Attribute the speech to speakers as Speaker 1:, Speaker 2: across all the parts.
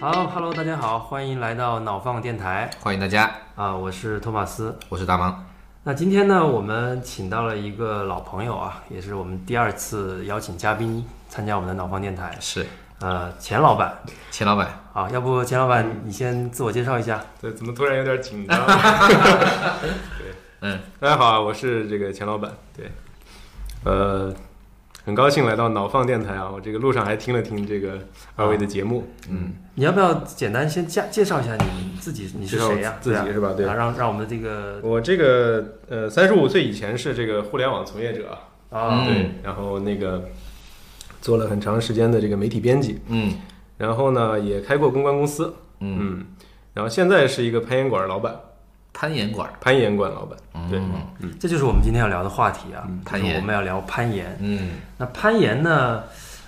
Speaker 1: 好，Hello，大家好，欢迎来到脑放电台
Speaker 2: 欢迎大家，
Speaker 1: 啊，我是托马斯。
Speaker 2: 我是大忙。
Speaker 1: 那今天呢，我们请到了一个老朋友啊，也是我们第二次邀请嘉宾参加我们的脑放电台，
Speaker 2: 是
Speaker 1: 呃，钱老板
Speaker 2: 钱老板，
Speaker 1: 啊，要不钱老板你先自我介绍一下？
Speaker 3: 对，怎么突然有点紧张？对，
Speaker 2: 嗯，
Speaker 3: 大家好啊，我是这个钱老板。对，呃，很高兴来到脑放电台啊，我这个路上还听了听这个二位的节目，
Speaker 2: 嗯，
Speaker 1: 你要不要简单先介介绍一下你自己？你是
Speaker 3: 介绍
Speaker 1: 谁呀、
Speaker 3: 自己
Speaker 1: 对啊
Speaker 3: 是吧？对
Speaker 1: 啊，，让让我们这个
Speaker 3: 我这个呃，三十五岁以前是这个互联网从业者啊，
Speaker 1: 啊，
Speaker 2: 嗯
Speaker 3: 对，然后那个做了很长时间的这个媒体编辑，
Speaker 2: 嗯
Speaker 3: 然后呢也开过公关公司，
Speaker 2: 嗯，
Speaker 3: 嗯，然后现在是一个攀岩馆老板，
Speaker 2: 攀岩馆，
Speaker 3: 攀岩馆老板，对，
Speaker 2: 嗯
Speaker 1: 这就是我们今天要聊的话题啊，
Speaker 2: 嗯
Speaker 1: 就是
Speaker 2: 攀岩
Speaker 1: 我们要聊攀岩。
Speaker 2: 嗯
Speaker 1: 那攀岩呢？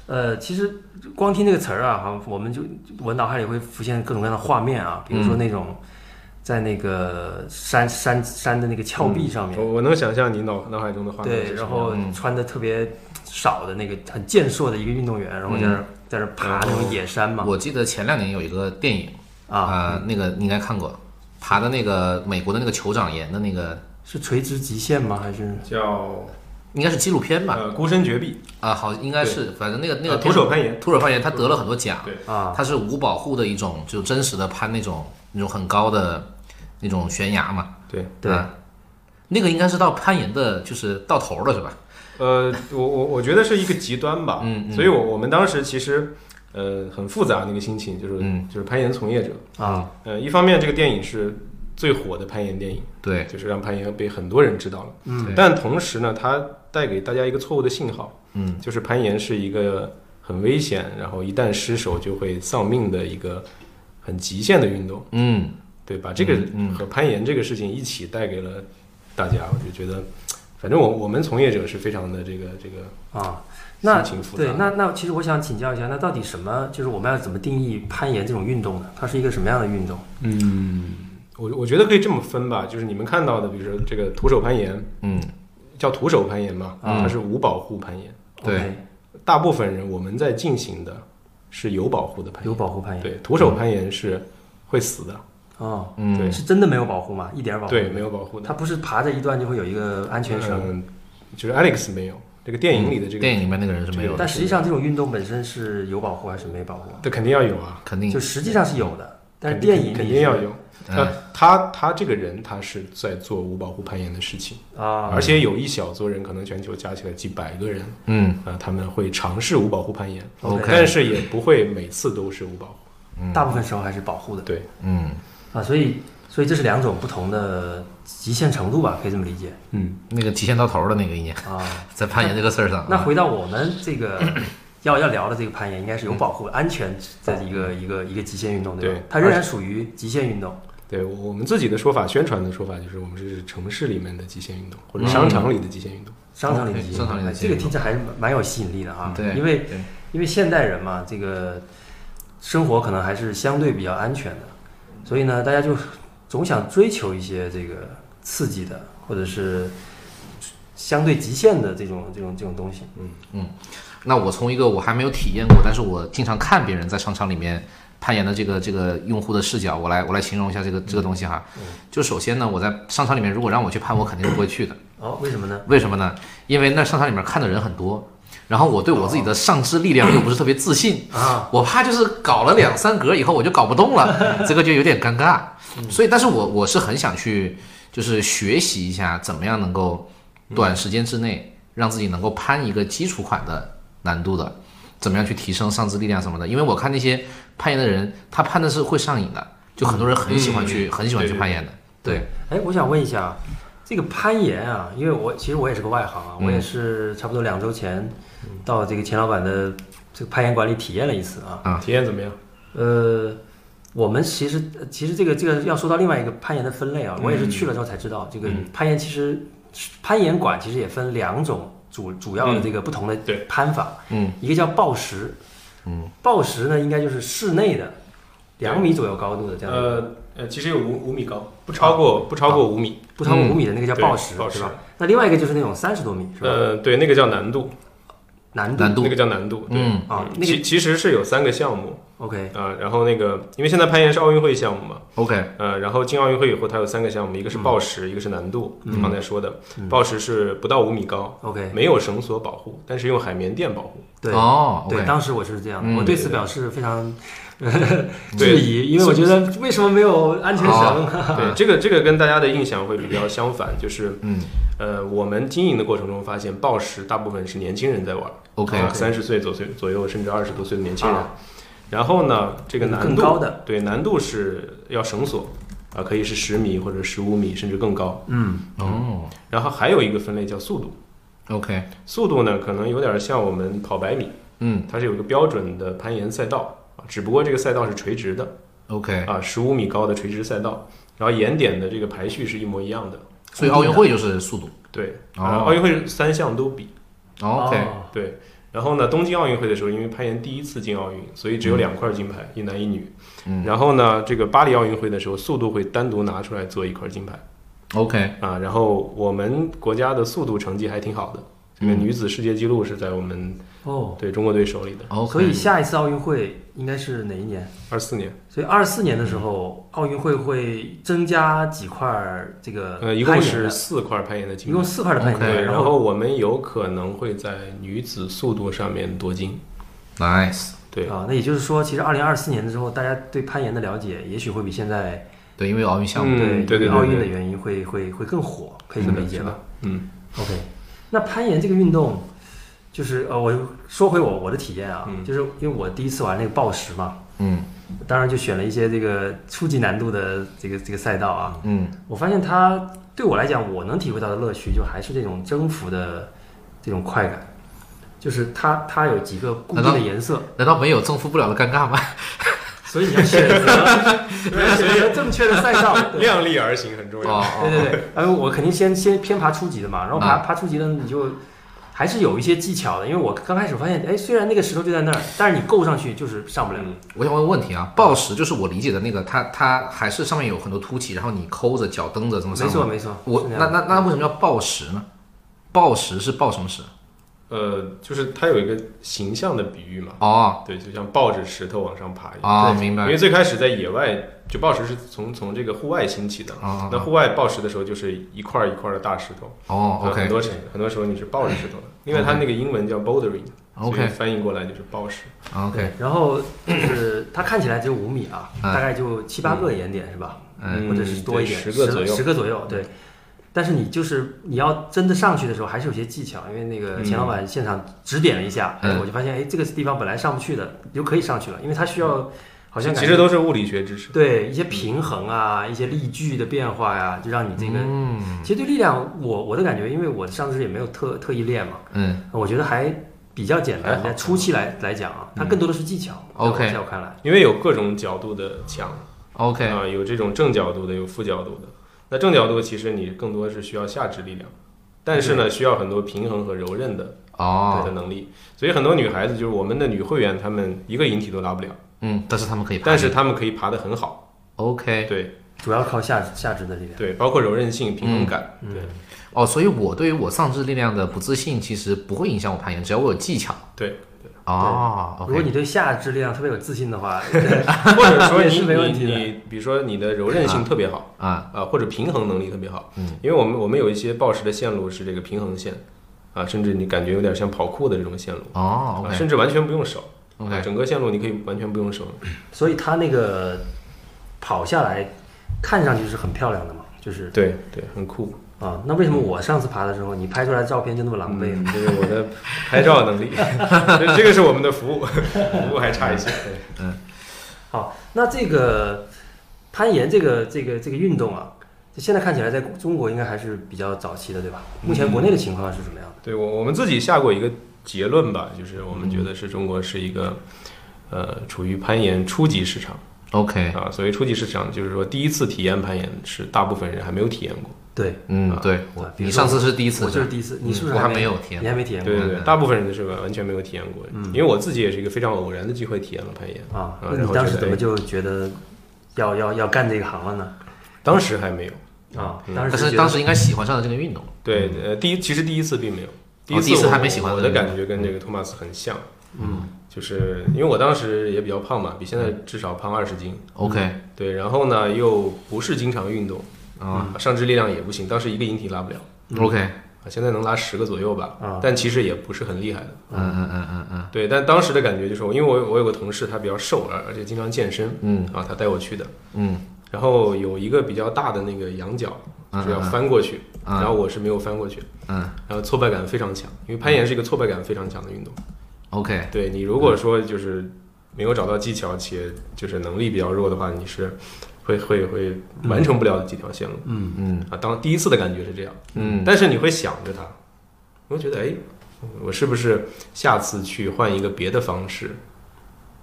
Speaker 1: 呃，其实光听这个词儿啊，好像我们就我脑海里会浮现各种各样的画面啊，比如
Speaker 3: 嗯
Speaker 1: 说那种在那个山山山的那个峭壁上面，
Speaker 3: 我我能想象你脑脑海嗯中的画面是
Speaker 1: 对，
Speaker 3: 什么
Speaker 1: 然后
Speaker 2: 嗯
Speaker 1: 穿的特别少的那个很健硕的一个运动员，然后
Speaker 3: 嗯
Speaker 1: 在那儿在那儿爬那
Speaker 3: 哦
Speaker 1: 种野山嘛，
Speaker 2: 嗯我记得前两年有一个电影
Speaker 1: 啊，
Speaker 2: 呃那个你应该看过，爬的那个美国的那个酋长岩的那个，
Speaker 1: 是垂直极限吗？还是
Speaker 3: 叫
Speaker 2: 应该是纪录片吧？
Speaker 3: 呃孤身绝壁，
Speaker 2: 啊，好，应该是，反正那个那
Speaker 3: 呃
Speaker 2: 个
Speaker 3: 徒手攀岩，
Speaker 2: 徒手攀岩，他得了很多奖，
Speaker 1: 啊
Speaker 2: 他是无保护的一种，就真实的攀那种那种很高的那种悬崖嘛，
Speaker 3: 对，
Speaker 1: 对
Speaker 2: 啊那个应该是到攀岩的，就是到头了是吧？
Speaker 3: 呃，我我我觉得是一个极端吧，
Speaker 2: 嗯嗯
Speaker 3: 所以我我们当时其实呃很复杂那个心情，就是、
Speaker 2: 嗯
Speaker 3: 就是攀岩从业者，
Speaker 1: 啊
Speaker 3: 呃，一方面这个电影是最火的攀岩电影，
Speaker 2: 对，
Speaker 3: 就是让攀岩被很多人知道了，
Speaker 2: 对
Speaker 3: 但同时呢，它带给大家一个错误的信号，
Speaker 2: 嗯
Speaker 3: 就是攀岩是一个很危险，然后一旦失手就会丧命的一个很极限的运动。
Speaker 2: 嗯
Speaker 3: 对，把这个
Speaker 2: 嗯嗯
Speaker 3: 和攀岩这个事情一起带给了大家，我就觉得，反正我我们从业者是非常的这个这个
Speaker 1: 啊，那
Speaker 3: 嗯心情复杂。嗯
Speaker 1: 对，那那其实我想请教一下，那到底什么就是我们要怎么定义攀岩这种运动呢？它是一个什么样的运动？
Speaker 3: 嗯我我觉得可以这么分吧，就是你们看到的，比如说这个徒手攀岩，
Speaker 2: 嗯
Speaker 3: 叫徒手攀岩嘛，
Speaker 2: 嗯
Speaker 1: 啊
Speaker 3: 它是无保护攀岩。
Speaker 2: 对
Speaker 1: OK，
Speaker 3: 大部分人我们在进行的是有保护的攀
Speaker 1: 有
Speaker 3: 岩，
Speaker 1: 保护攀岩。
Speaker 3: 对，徒手攀岩是会死的，
Speaker 1: 哦，
Speaker 2: 嗯，
Speaker 3: 对
Speaker 1: 是真的没有保护吗？一点儿保护？
Speaker 3: 对，，没有保护的。
Speaker 1: 它不是爬着一段就会有一个安全绳，
Speaker 3: 嗯，就是 Alex 没有这个电影里的这个，
Speaker 2: 电影里面那个人是没有的，
Speaker 1: 但实际上这种运动本身是有保护还是没保护啊？
Speaker 3: 这肯定要有啊，
Speaker 2: 肯定
Speaker 1: 就实际上是有的，但是
Speaker 3: 肯定
Speaker 1: 电影里
Speaker 3: 肯定要有。
Speaker 2: 嗯
Speaker 3: 呃，他他这个人他是在做无保护攀岩的事情，
Speaker 1: 啊
Speaker 3: 而且有一小撮人，可能全球加起来几百个人，
Speaker 2: 嗯
Speaker 3: 啊、他们会尝试无保护攀岩，
Speaker 1: OK
Speaker 3: 但是也不会每次都是无保护。
Speaker 1: 大部分时候还是保护的
Speaker 3: 对，
Speaker 2: 嗯，
Speaker 1: 啊，所以所以这是两种不同的极限程度吧，可以这么理解
Speaker 3: 嗯，
Speaker 2: 那个极限到头的那个一年，
Speaker 1: 啊。
Speaker 2: 在攀岩这个事儿上，嗯
Speaker 1: 那回到我们这个要要聊的这个攀岩，应该是有保护、安全的一个一个一个极限运动，吧
Speaker 3: 对？
Speaker 1: 它仍然属于极限运动。
Speaker 3: 对我我们自己的说法，宣传的说法就是我们这是城市里面的极限运动，
Speaker 1: 嗯
Speaker 3: 或者商场里的极限运动。
Speaker 1: 商场里的
Speaker 2: OK，
Speaker 1: 极限
Speaker 2: 商
Speaker 1: 运
Speaker 2: 场里
Speaker 1: 动，
Speaker 2: 的
Speaker 1: 哎
Speaker 2: 极
Speaker 1: 这
Speaker 2: 限
Speaker 1: 个
Speaker 2: 运
Speaker 1: 听着还蛮蛮有吸引力的哈。
Speaker 2: 对，
Speaker 1: 因为
Speaker 2: 对
Speaker 1: 因为现代人嘛，这个生活可能还是相对比较安全的，所以呢，大家就总想追求一些这个刺激的，或者是相对极限的这种这种这种东西。
Speaker 2: 那我从一个我还没有体验过，但是我经常看别人在商场里面攀岩的这个这个用户的视角，我来我来形容一下这个这个东西哈。就首先呢，我在商场里面如果让我去攀，我肯定是不会去的。
Speaker 1: 哦，为什么呢？
Speaker 2: 为什么呢？因为那商场里面看的人很多，然后我对我自己的上肢力量又不是特别自信，
Speaker 1: 啊，
Speaker 2: 我怕就是搞了两三格以后我就搞不动 了，这个就有点尴尬。
Speaker 3: 嗯
Speaker 2: 所以，但是我我是很想去，就是学习一下怎么样能够短时间之内让自己能够攀一个基础款的难度的，怎么样去提升上肢力量什么的。因为我看那些攀岩的人，他攀的是会上瘾的，就很多人很喜欢去，很喜欢去
Speaker 3: 对对
Speaker 2: 攀岩的。对，
Speaker 1: 哎，我想问一下，这个攀岩啊，因为我其实我也是个外行啊，
Speaker 2: 嗯
Speaker 1: 我也是差不多两周前到这个钱老板的这个攀岩馆里体验了一次啊。
Speaker 2: 啊
Speaker 3: 体验怎么样？
Speaker 1: 呃，我们其实其实这个这个要说到另外一个攀岩的分类啊，我也是去了之后才知道，这个
Speaker 3: 嗯
Speaker 1: 攀岩其实攀岩馆其实也分两种主主要的这个不同的
Speaker 3: 嗯对
Speaker 1: 攀法，
Speaker 2: 嗯
Speaker 1: 一个叫抱石，嗯，抱石呢应该就是室内的两米左右高度的这样的，
Speaker 3: 呃呃，其实有五五米高，不超过不超过五米。
Speaker 1: 不超过五米的那个叫
Speaker 3: 嗯对
Speaker 1: 抱石，
Speaker 3: 抱
Speaker 1: 是
Speaker 3: 石
Speaker 1: 吧？那另外一个就是那种三十多米，是吧？
Speaker 3: 呃，对，那个叫难度。
Speaker 1: 难度
Speaker 2: 难度
Speaker 3: 那个叫难度，对，
Speaker 2: 嗯
Speaker 1: 啊，那个
Speaker 3: 其其实是有三个项目
Speaker 1: OK
Speaker 3: 啊、然后那个因为现在攀岩是奥运会项目嘛，
Speaker 2: ，OK，
Speaker 3: 呃，然后进奥运会以后它有三个项目，一个是报时，一个是难度，刚才说的，报时是不到五米高，
Speaker 1: OK，
Speaker 3: 没有绳索保护，但是用海绵垫保护。
Speaker 1: 对
Speaker 2: 哦
Speaker 1: 对，
Speaker 2: ，OK，
Speaker 1: 当时我是这样的，
Speaker 2: 嗯
Speaker 1: 我对此表示非常呃质
Speaker 3: 对
Speaker 1: 疑，因为我觉得为什么没有安全绳？啊
Speaker 3: 对，这个这个跟大家的印象会比较相反，就是
Speaker 2: 嗯
Speaker 3: 呃，我们经营的过程中发现，暴食大部分是年轻人在玩啊
Speaker 2: ，OK，
Speaker 3: 三十岁左右左右，甚至二十多岁的年轻人。
Speaker 1: 啊嗯
Speaker 3: 然后呢，这个难
Speaker 1: 更
Speaker 3: 度
Speaker 1: 高的
Speaker 3: 对难度是要绳索啊、可以是十米或者十五米，甚至更高。
Speaker 1: 嗯
Speaker 2: 哦
Speaker 3: 然后还有一个分类叫速度，
Speaker 2: ，OK，
Speaker 3: 速度呢可能有点像我们跑百米，
Speaker 2: 嗯
Speaker 3: 它是有一个标准的攀岩赛道啊，只不过这个赛道是垂直的，
Speaker 2: ，OK，
Speaker 3: 啊，十五米高的垂直赛道，然后岩点的这个排序是一模一样的。
Speaker 2: 所以奥运会就是速度
Speaker 3: 对，
Speaker 2: 哦
Speaker 3: 啊，奥运会三项都比。
Speaker 2: 哦，OK，
Speaker 1: 哦
Speaker 3: 对，然后呢，东京奥运会的时候，因为攀岩第一次进奥运，所以只有两块金牌，一男一女。
Speaker 2: 嗯
Speaker 3: 然后呢，这个巴黎奥运会的时候，速度会单独拿出来做一块金牌
Speaker 2: ，OK，
Speaker 3: 啊。然后我们国家的速度成绩还挺好的，这个
Speaker 2: 嗯
Speaker 3: 女子世界纪录是在我们
Speaker 1: 哦，
Speaker 3: 对中国队手里的，
Speaker 2: OK，
Speaker 1: 所以下一次奥运会应该是哪一年？
Speaker 3: 二四年，
Speaker 1: 所以二四年的时候，奥运会会增加几块儿这个
Speaker 3: 呃，一
Speaker 1: 攀岩
Speaker 3: 共是
Speaker 1: 的
Speaker 3: 四块攀岩的
Speaker 1: 一
Speaker 3: 金
Speaker 1: 共
Speaker 3: 牌。
Speaker 1: 四块的攀岩
Speaker 2: OK，
Speaker 1: 队，
Speaker 3: 对，
Speaker 1: 然
Speaker 3: 然后我们有可能会在女子速度上面夺金。
Speaker 2: nice，
Speaker 3: 对，
Speaker 1: 啊，那也就是说，其实二零二四年的时候，大家对攀岩的了解，也许会比现在
Speaker 2: 对，因为有奥运项目，
Speaker 3: 嗯
Speaker 1: 对
Speaker 3: 对对对
Speaker 1: 奥运的原因会会会更火，可以这么理解吧
Speaker 3: 嗯，
Speaker 1: ？OK，那攀岩这个运动，就是呃，我说回我我的体验啊，
Speaker 3: 嗯
Speaker 1: 就是因为我第一次玩那个暴石嘛，
Speaker 2: 嗯
Speaker 1: 当然就选了一些这个初级难度的这个这个赛道啊，
Speaker 2: 嗯
Speaker 1: 我发现它对我来讲，我能体会到的乐趣就还是这种征服的这种快感，就是它它有几个固定的颜色，
Speaker 2: 难道没有征服不了的尴尬吗？
Speaker 1: 所以你要选 择你要选择正确的赛道。对
Speaker 3: 量力而行很重要。
Speaker 2: 哦，
Speaker 1: 对对对，哎，我肯定先先偏爬初级的嘛，然后爬爬初级的你就还是有一些技巧的，因为我刚开始发现，哎，虽然那个石头就在那儿，但是你够上去就是上不了。
Speaker 2: 我想问个问题啊，暴食就是我理解的那个，它它还是上面有很多凸起，然后你抠着脚蹬着这么上
Speaker 1: 没
Speaker 2: 吗
Speaker 1: 错没错，
Speaker 2: 我
Speaker 1: 是
Speaker 2: 那
Speaker 1: 样
Speaker 2: 那那为什么叫暴食呢？暴食是暴什么食？
Speaker 3: 呃，就是它有一个形象的比喻嘛，
Speaker 2: 哦
Speaker 3: 对，就像抱着石头往上爬一样。
Speaker 2: 哦，
Speaker 1: 啊对
Speaker 2: 明
Speaker 3: 因
Speaker 2: 白
Speaker 3: 为最开始在野外，就抱石是从从这个户外兴起的。
Speaker 1: 啊
Speaker 2: 哦
Speaker 3: 那户外抱石的时候，就是一块儿一块儿的大石头，
Speaker 2: 哦
Speaker 3: 啊很
Speaker 2: ，OK
Speaker 3: 多时很多时候你是抱着石头
Speaker 1: 嗯
Speaker 3: 的。另外，它那个英文叫 bouldering，所以
Speaker 2: OK
Speaker 3: 翻译过来就是抱石。
Speaker 2: OK，
Speaker 1: 然后就是它看起来只有五米啊，
Speaker 2: 嗯
Speaker 1: 大概就七八个岩点是吧？
Speaker 2: 嗯
Speaker 1: 哎或者是多一点，
Speaker 3: 对十个左右
Speaker 1: 十个左右，对。但是你就是你要真的上去的时候，还是有些技巧，因为那个
Speaker 3: 嗯
Speaker 1: 钱老板现场指点了一下，
Speaker 2: 嗯
Speaker 1: 我就发现，哎，这个地方本来上不去的，就可以上去了，因为它需要好像
Speaker 3: 其
Speaker 1: 感
Speaker 3: 实
Speaker 1: 觉
Speaker 3: 都是物理学知识。
Speaker 1: 对一些平衡啊，一些力矩的变化呀、就让你这个。
Speaker 2: 嗯
Speaker 1: 其实对力量，我我的感觉，因为我上次也没有特特意练嘛，
Speaker 2: 嗯
Speaker 1: 我觉得还比较简
Speaker 3: 还
Speaker 1: 单。
Speaker 3: 好
Speaker 1: 在初期来来讲啊，它更多的是技巧。
Speaker 2: 嗯 OK
Speaker 1: 在我看来，
Speaker 3: 因为有各种角度的墙
Speaker 2: ，OK
Speaker 3: 啊，有这种正角度的，有负角度的。那正角度其实你更多是需要下肢力量，但是呢，需要很多平衡和柔韧的对
Speaker 2: 哦，
Speaker 3: 的能力。所以很多女孩子就是我们的女会员，她们一个引体都拉不了，
Speaker 2: 嗯，但是他们可以爬
Speaker 3: 但是她们可以爬得很好。
Speaker 2: OK
Speaker 3: 对
Speaker 1: 主要靠下下肢的力量。嗯
Speaker 3: 对，包括柔韧性、平衡感。对
Speaker 2: 哦，所以我对于我上肢力量的不自信，其实不会影响我攀岩，只要我有技巧。
Speaker 3: 对，
Speaker 2: 哦
Speaker 1: 如果
Speaker 2: ，OK，
Speaker 1: 你对下肢力量特别有自信的话，
Speaker 3: 或者说
Speaker 1: 也
Speaker 3: 你
Speaker 1: 是没问
Speaker 3: 你
Speaker 1: 题的
Speaker 3: 你，比如说你的柔韧性特别好
Speaker 2: 啊，
Speaker 3: 啊，或者平衡能力特别好。嗯，因为我们我们有一些暴食的线路是这个平衡线啊，甚至你感觉有点像跑酷的这种线路
Speaker 2: 哦
Speaker 3: 啊，
Speaker 2: ，OK
Speaker 3: 甚至完全不用手。啊
Speaker 2: OK，
Speaker 3: 整个线路你可以完全不用手。
Speaker 1: 所以他那个跑下来，看上去是很漂亮的嘛，就是
Speaker 3: 对对，很酷。
Speaker 1: 啊，那为什么我上次爬的时候，你拍出来的照片就那么狼狈？啊
Speaker 3: 嗯，这是我的拍照能力， 这这个是我们的服务， 服务还差一些。对
Speaker 1: 好，那这个攀岩这个这个这个运动啊，现在看起来在中国应该还是比较早期的，对吧？目前国内的情况是什么样的？
Speaker 3: 对我我们自己下过一个结论吧，就是我们觉得是中国是一个呃处于攀岩初级市场
Speaker 2: OK，
Speaker 3: 啊，所谓初级市场就是说第一次体验攀岩是大部分人还没有体验过，
Speaker 1: 对，
Speaker 2: 嗯，对我
Speaker 1: 比如
Speaker 2: 你
Speaker 1: 说
Speaker 2: 上次是第一次
Speaker 1: 我就是
Speaker 2: 吧，
Speaker 1: 第一次，你是不是
Speaker 2: 我还
Speaker 1: 没
Speaker 2: 没有体验
Speaker 1: 你还没体验过
Speaker 3: 对对对，
Speaker 2: 嗯
Speaker 3: 大部分人是完完全没有体验过，因为我自己也是一个非常偶然的机会体验了攀岩
Speaker 1: 啊？
Speaker 2: 呃
Speaker 1: 那
Speaker 3: 啊然
Speaker 1: 你
Speaker 3: 后
Speaker 1: 当
Speaker 3: 觉
Speaker 1: 时
Speaker 3: 得
Speaker 1: 怎么
Speaker 3: 哎
Speaker 1: 就觉得要要要干这个行了呢？
Speaker 3: 当时还没有，
Speaker 1: 啊，
Speaker 3: 嗯
Speaker 1: 当时
Speaker 2: 但是
Speaker 1: 觉得
Speaker 2: 当时应该喜欢上了这个运动。
Speaker 3: 对，呃，第一其实第一次并没有，第一
Speaker 2: 嗯哦第一次
Speaker 3: 我
Speaker 2: 还没喜欢
Speaker 3: 我
Speaker 2: 这个
Speaker 3: 的感觉跟这个托马斯很像，嗯，就是因为我当时也比较胖嘛，比现在
Speaker 2: 嗯
Speaker 3: 至少胖二十斤，
Speaker 2: OK，
Speaker 3: 对，然后呢又不是经常运动，
Speaker 2: 啊
Speaker 3: 上肢力量也不行，当时一个引体拉不了，
Speaker 2: ，OK，
Speaker 3: 啊，现在能拉十个左右吧，
Speaker 1: 啊
Speaker 3: 但其实也不是很厉害的，
Speaker 2: 嗯嗯嗯嗯嗯
Speaker 3: 对，但当时的感觉就是，因为我有我有个同事他比较瘦，而而且经常健身，
Speaker 2: 嗯
Speaker 3: 啊，他带我去的，
Speaker 2: 嗯
Speaker 3: 然后有一个比较大的那个仰角，
Speaker 2: 嗯
Speaker 3: 是要翻过去，
Speaker 2: 嗯
Speaker 3: 然后我是没有翻过去，
Speaker 2: 嗯
Speaker 3: 然后挫败感非常强，因为攀岩是一个挫败感非常强的运动。
Speaker 2: ，OK，
Speaker 3: 对你如果说就是没有找到技巧，且就是能力比较弱的话，你是会会会完成不了几条线路、
Speaker 1: 嗯
Speaker 2: 嗯
Speaker 3: 啊。当第一次的感觉是这样，
Speaker 2: 嗯
Speaker 3: 但是你会想着它，你会觉得哎，我是不是下次去换一个别的方式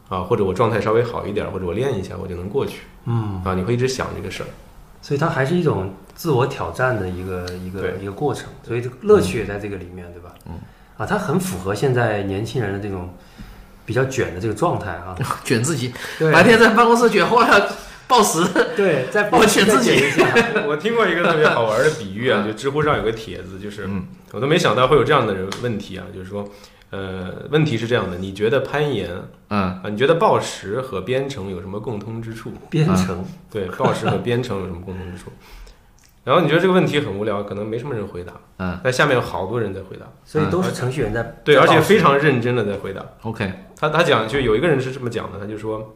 Speaker 3: 啊？或者我状态稍微好一点，或者我练一下，我就能过去
Speaker 1: 嗯，
Speaker 3: 啊？你会一直想这个事儿。
Speaker 1: 所以它还是一种自我挑战的一个一个
Speaker 3: 对
Speaker 1: 一个过程，所以这个乐趣也在这个里面，对吧？嗯，啊，它很符合现在年轻人的这种比较卷的这个状态 啊。
Speaker 2: 卷自己，
Speaker 1: 对
Speaker 2: 白天在办公室卷，后来要报时，
Speaker 1: 对，再
Speaker 2: 我选自己
Speaker 1: 再解一下，
Speaker 3: 我听过一个特别好玩的比喻啊，就知乎上有个帖子，就是
Speaker 2: 嗯
Speaker 3: 我都没想到会有这样的人问题啊，就是说，呃，问题是这样的，你觉得攀岩
Speaker 2: 嗯
Speaker 3: 啊，你觉得暴食和编程有什么共通之处？
Speaker 1: 编程，
Speaker 2: 嗯
Speaker 3: 对，暴 食和编程有什么共通之处？然后你觉得这个问题很无聊，可能没什么人回答，
Speaker 2: 嗯
Speaker 3: 但下面有好多人在回答，
Speaker 1: 所以都是程序员在
Speaker 3: 对，
Speaker 1: 在
Speaker 3: 而且
Speaker 1: 报时
Speaker 3: 非常认真的在回答。
Speaker 2: ，OK，
Speaker 3: 他他讲就有一个人是这么讲的，他就说，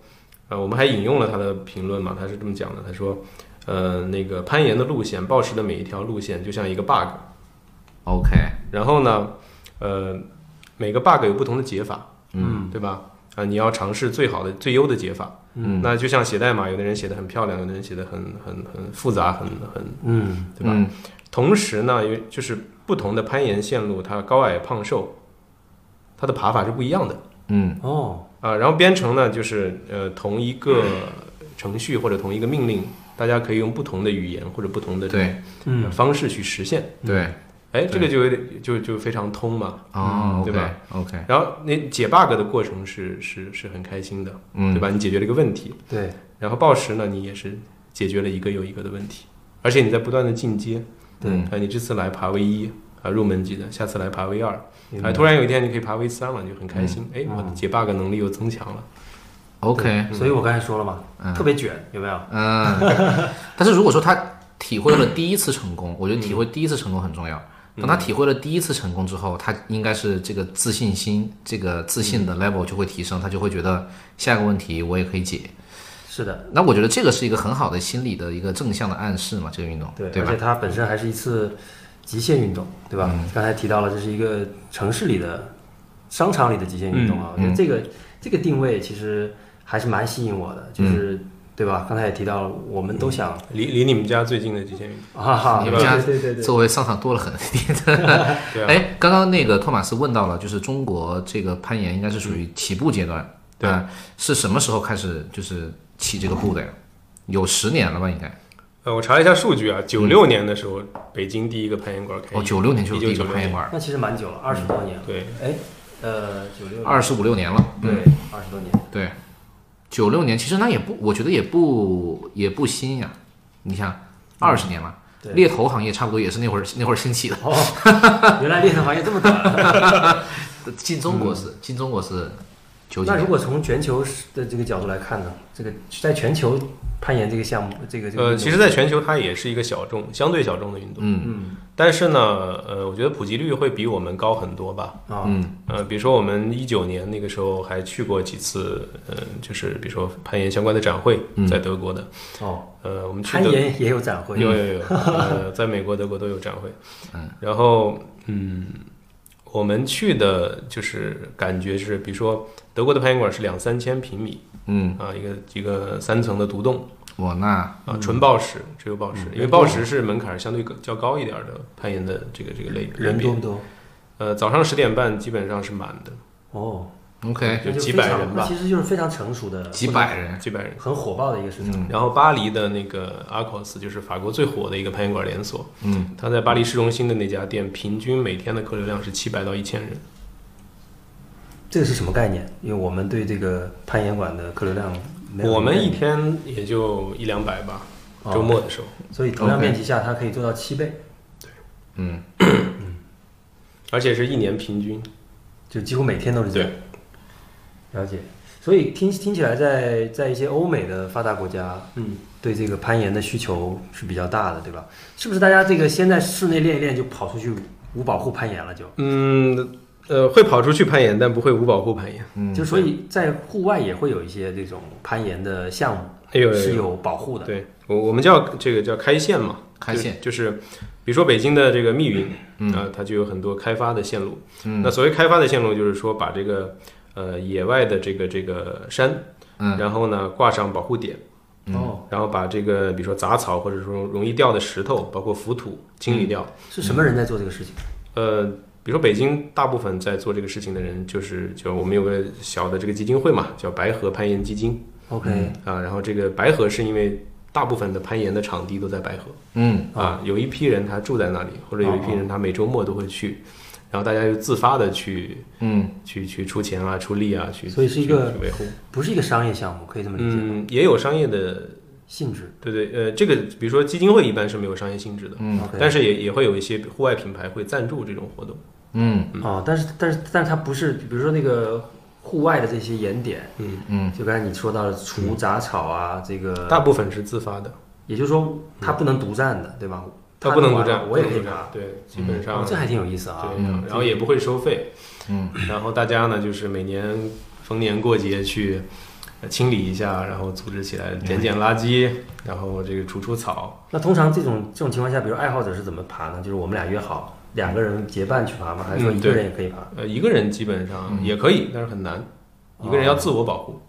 Speaker 3: 呃，我们还引用了他的评论嘛，他是这么讲的，他说，呃，那个攀岩的路线，暴食的每一条路线就像一个 bug，
Speaker 2: OK，
Speaker 3: 然后呢，呃，每个 bug 有不同的解法，
Speaker 1: 嗯
Speaker 3: 对吧？啊、你要尝试最好的、最优的解法。
Speaker 2: 嗯
Speaker 3: 那就像写代码，有的人写的很漂亮，有的人写的很很很复杂，很很
Speaker 1: 嗯
Speaker 3: 对吧？
Speaker 2: 嗯
Speaker 3: 同时呢，有就是不同的攀岩线路，它高矮胖瘦，它的爬法是不一样的。
Speaker 2: 嗯
Speaker 1: 哦
Speaker 3: 啊，然后编程呢，就是呃同一个程序或者同一个命令，大家可以用不同的语言或者不同的
Speaker 2: 对
Speaker 1: 嗯
Speaker 3: 呃方式去实现。
Speaker 2: 对，
Speaker 3: 哎，这个就有点就就非常通嘛。
Speaker 2: 哦
Speaker 3: 对吧
Speaker 2: OK，
Speaker 3: 然后那解 bug 的过程是是是很开心的，
Speaker 2: 嗯
Speaker 3: 对吧？你解决了一个问题，
Speaker 1: 对
Speaker 3: 然后暴食呢，你也是解决了一个又一个的问题，而且你在不断的进阶。
Speaker 1: 对，
Speaker 3: 啊，你这次来爬 V 一啊，入门级的，下次来爬 V 二，
Speaker 1: 明
Speaker 3: 哎，
Speaker 1: 白
Speaker 3: 突然有一天你可以爬 V 三了，你就很开心，哎，我的
Speaker 1: 嗯
Speaker 3: 解 bug 能力又增强了。
Speaker 2: OK，
Speaker 1: 所以我刚才说了嘛，
Speaker 2: 嗯
Speaker 1: 特别卷，有没有？
Speaker 2: 嗯，但是如果说他体会了第一次成功，我觉得体会第一次成功很重要。当他体会了第一次成功之后，他应该是这个自信心、这个自信的 level 就会提升，他就会觉得下一个问题我也可以解。
Speaker 1: 是的，
Speaker 2: 那我觉得这个是一个很好的心理的一个正向的暗示嘛，这个运动，
Speaker 1: 对，而
Speaker 2: 吧嗯
Speaker 1: 且？它本身还是一次极限运动，对吧？刚才提到了，这是一个城市里的、商场里的极限运动啊，我
Speaker 2: 嗯
Speaker 1: 觉得这个这个定位其实还是蛮吸引我的，就是
Speaker 2: 嗯
Speaker 1: 对吧？刚才也提到了，我们都想
Speaker 3: 离离你们家最近的极限运动，
Speaker 1: 啊哈，
Speaker 2: 你
Speaker 1: 对
Speaker 2: 们家
Speaker 1: 对对对，
Speaker 2: 作为上场多了很点。
Speaker 3: 对啊，
Speaker 2: 哎，刚刚那个托马斯问到了，就是中国这个攀岩应该是属于起步阶段，
Speaker 3: 对
Speaker 2: 啊是什么时候开始就是起这个步的呀？有十年了吧，应该。
Speaker 3: 呃，我查了一下数据啊，九六年的时候，北京第一个攀岩馆开业，
Speaker 2: 嗯哦，九六年就
Speaker 3: 1996
Speaker 2: 有第一个攀岩馆，
Speaker 1: 那其实蛮久了，二十多年了，
Speaker 3: 对，
Speaker 1: 哎，呃，九六
Speaker 2: 二十五嗯六年了。
Speaker 1: 对，二十多年，
Speaker 2: 对，九六年其实那也不，我觉得也不也不新呀。你想，二十年嘛，
Speaker 1: 对
Speaker 2: 猎头行业差不多也是那会儿那会儿兴起的。
Speaker 1: 哦， 原来猎头行业这么短。啊
Speaker 2: 进中国
Speaker 3: 嗯
Speaker 2: 是进中国是九几
Speaker 1: 那如
Speaker 2: 年，
Speaker 1: 果从全球的这个角度来看呢，这个在全球攀岩这个项目，这个这个运
Speaker 3: 呃，
Speaker 1: 动
Speaker 3: 其实在全球它也是一个小众，相对小众的运动，
Speaker 2: 嗯
Speaker 1: 嗯
Speaker 3: 但是呢，呃，我觉得普及率会比我们高很多吧。
Speaker 1: 啊
Speaker 2: 嗯
Speaker 3: 呃，比如说我们一九年那个时候还去过几次，呃，就是比如说攀岩相关的展会
Speaker 2: 嗯，
Speaker 3: 在德国的，
Speaker 1: 哦，
Speaker 3: 呃，我们去
Speaker 1: 攀
Speaker 3: 德
Speaker 1: 岩也有展会，
Speaker 3: 有有有，呃，在美国、德国都有展会。嗯，然后嗯，我们去的就是感觉是，比如说德国的攀岩馆是两三千平米
Speaker 2: 嗯，
Speaker 3: 啊，一个一个三层的独栋
Speaker 2: 我那
Speaker 3: 啊，纯暴食，只有暴食，因为暴食是门槛相对较高一点的攀岩的这个这个类
Speaker 1: 人
Speaker 3: 类
Speaker 1: 多不
Speaker 3: 别
Speaker 1: 多？
Speaker 3: 呃，早上十点半基本上是满的，
Speaker 1: 哦，
Speaker 2: OK
Speaker 1: 那就
Speaker 3: 几
Speaker 1: 非常
Speaker 3: 百人
Speaker 1: 那
Speaker 3: 吧
Speaker 1: 其实就是非常成熟的，
Speaker 2: 几百人，嗯
Speaker 3: 几百人。
Speaker 1: 很火爆的一个市场。
Speaker 3: 然后巴黎的那个 Arcos 就是法国最火的一个攀岩馆连锁，
Speaker 2: 嗯，
Speaker 3: 它在巴黎市中心的那家店，平均每天的客流量是七百到一千人。
Speaker 1: 这个是什么概念？因为我们对这个攀岩馆的客流量没有
Speaker 3: 我们
Speaker 1: 概
Speaker 3: 一
Speaker 1: 念，
Speaker 3: 天也就一两百吧，
Speaker 1: 哦
Speaker 3: 周末的时候。
Speaker 1: 所以同样
Speaker 2: OK
Speaker 1: 面积下，它可以做到七倍。
Speaker 2: 嗯
Speaker 3: 而且是一年平均。
Speaker 1: 就几乎每天都是这样。了解，所以听听起来在，在一些欧美的发达国家，
Speaker 3: 嗯，
Speaker 1: 对这个攀岩的需求是比较大的，对吧？是不是大家这个先在室内练一练，就跑出去无保护攀岩了就？
Speaker 3: 嗯，呃，会跑出去攀岩，但不会无保护攀岩。
Speaker 2: 嗯
Speaker 1: 就所以在户外也会有一些这种攀岩的项目
Speaker 3: 哎呦，哎呦
Speaker 1: 是有保护的，
Speaker 3: 对我我们叫这个叫开线嘛，
Speaker 2: 开
Speaker 3: 就
Speaker 2: 线
Speaker 3: 就是，比如说北京的这个密云，
Speaker 2: 嗯
Speaker 3: 啊，它就有很多开发的线路。
Speaker 2: 嗯
Speaker 3: 那所谓开发的线路，就是说把这个呃野外的这个这个山，
Speaker 2: 嗯
Speaker 3: 然后呢挂上保护点，
Speaker 1: 哦，
Speaker 3: 然后把这个比如说杂草或者说容易掉的石头，包括浮土清理掉。
Speaker 1: 是什么人在做这个事情？
Speaker 3: 呃，比如说北京大部分在做这个事情的人，就是就我们有个小的这个基金会嘛，叫白河攀岩基金
Speaker 1: OK，、
Speaker 3: 啊。然后这个白河是因为大部分的攀岩的场地都在白河。
Speaker 2: 嗯
Speaker 3: 啊，有一批人他住在那里，或者有一
Speaker 1: 哦
Speaker 3: 批人他每周末都会去，然后大家就自发的去
Speaker 2: 嗯
Speaker 3: 去去出钱啊、出力啊，去
Speaker 1: 所以是一个
Speaker 3: 去去维护。
Speaker 1: 不是一个商业项目，可以这么理解吗？
Speaker 3: 嗯，也有商业的，
Speaker 1: 性质
Speaker 3: 对对，呃，这个比如说基金会一般是没有商业性质的，
Speaker 2: 嗯
Speaker 1: ，OK，
Speaker 3: 但是也也会有一些户外品牌会赞助这种活动。
Speaker 2: 嗯
Speaker 1: 哦，但是但是但是它不是，比如说那个户外的这些岩点，
Speaker 3: 嗯，
Speaker 2: 嗯，
Speaker 1: 就刚才你说到的除杂草啊，这个
Speaker 3: 大部分是自发的，
Speaker 1: 也就是说，它不能独占的，对吧？
Speaker 3: 它
Speaker 1: 它
Speaker 3: 不能
Speaker 1: 弄完
Speaker 3: 独
Speaker 1: 了
Speaker 3: 占，
Speaker 1: 我也
Speaker 3: 不
Speaker 1: 可以
Speaker 3: 能独占
Speaker 1: 爬。
Speaker 3: 对，基本
Speaker 1: 哦
Speaker 3: 上，
Speaker 1: 这还挺有意思啊。
Speaker 3: 对，然后也不会收费。
Speaker 2: 嗯，
Speaker 3: 然后大家呢，就是每年逢年过节去呃清理一下，然后组织起来捡捡垃圾，然后这个除除草。
Speaker 1: 那通常这种这种情况下，比如爱好者是怎么爬呢？就是我们俩约好，两个人结伴去爬吗？还是说一
Speaker 3: 嗯
Speaker 1: 个
Speaker 3: 对
Speaker 1: 人也可以爬？
Speaker 3: 呃，一个人基本上也可以，但是很难。一个人要自我保护，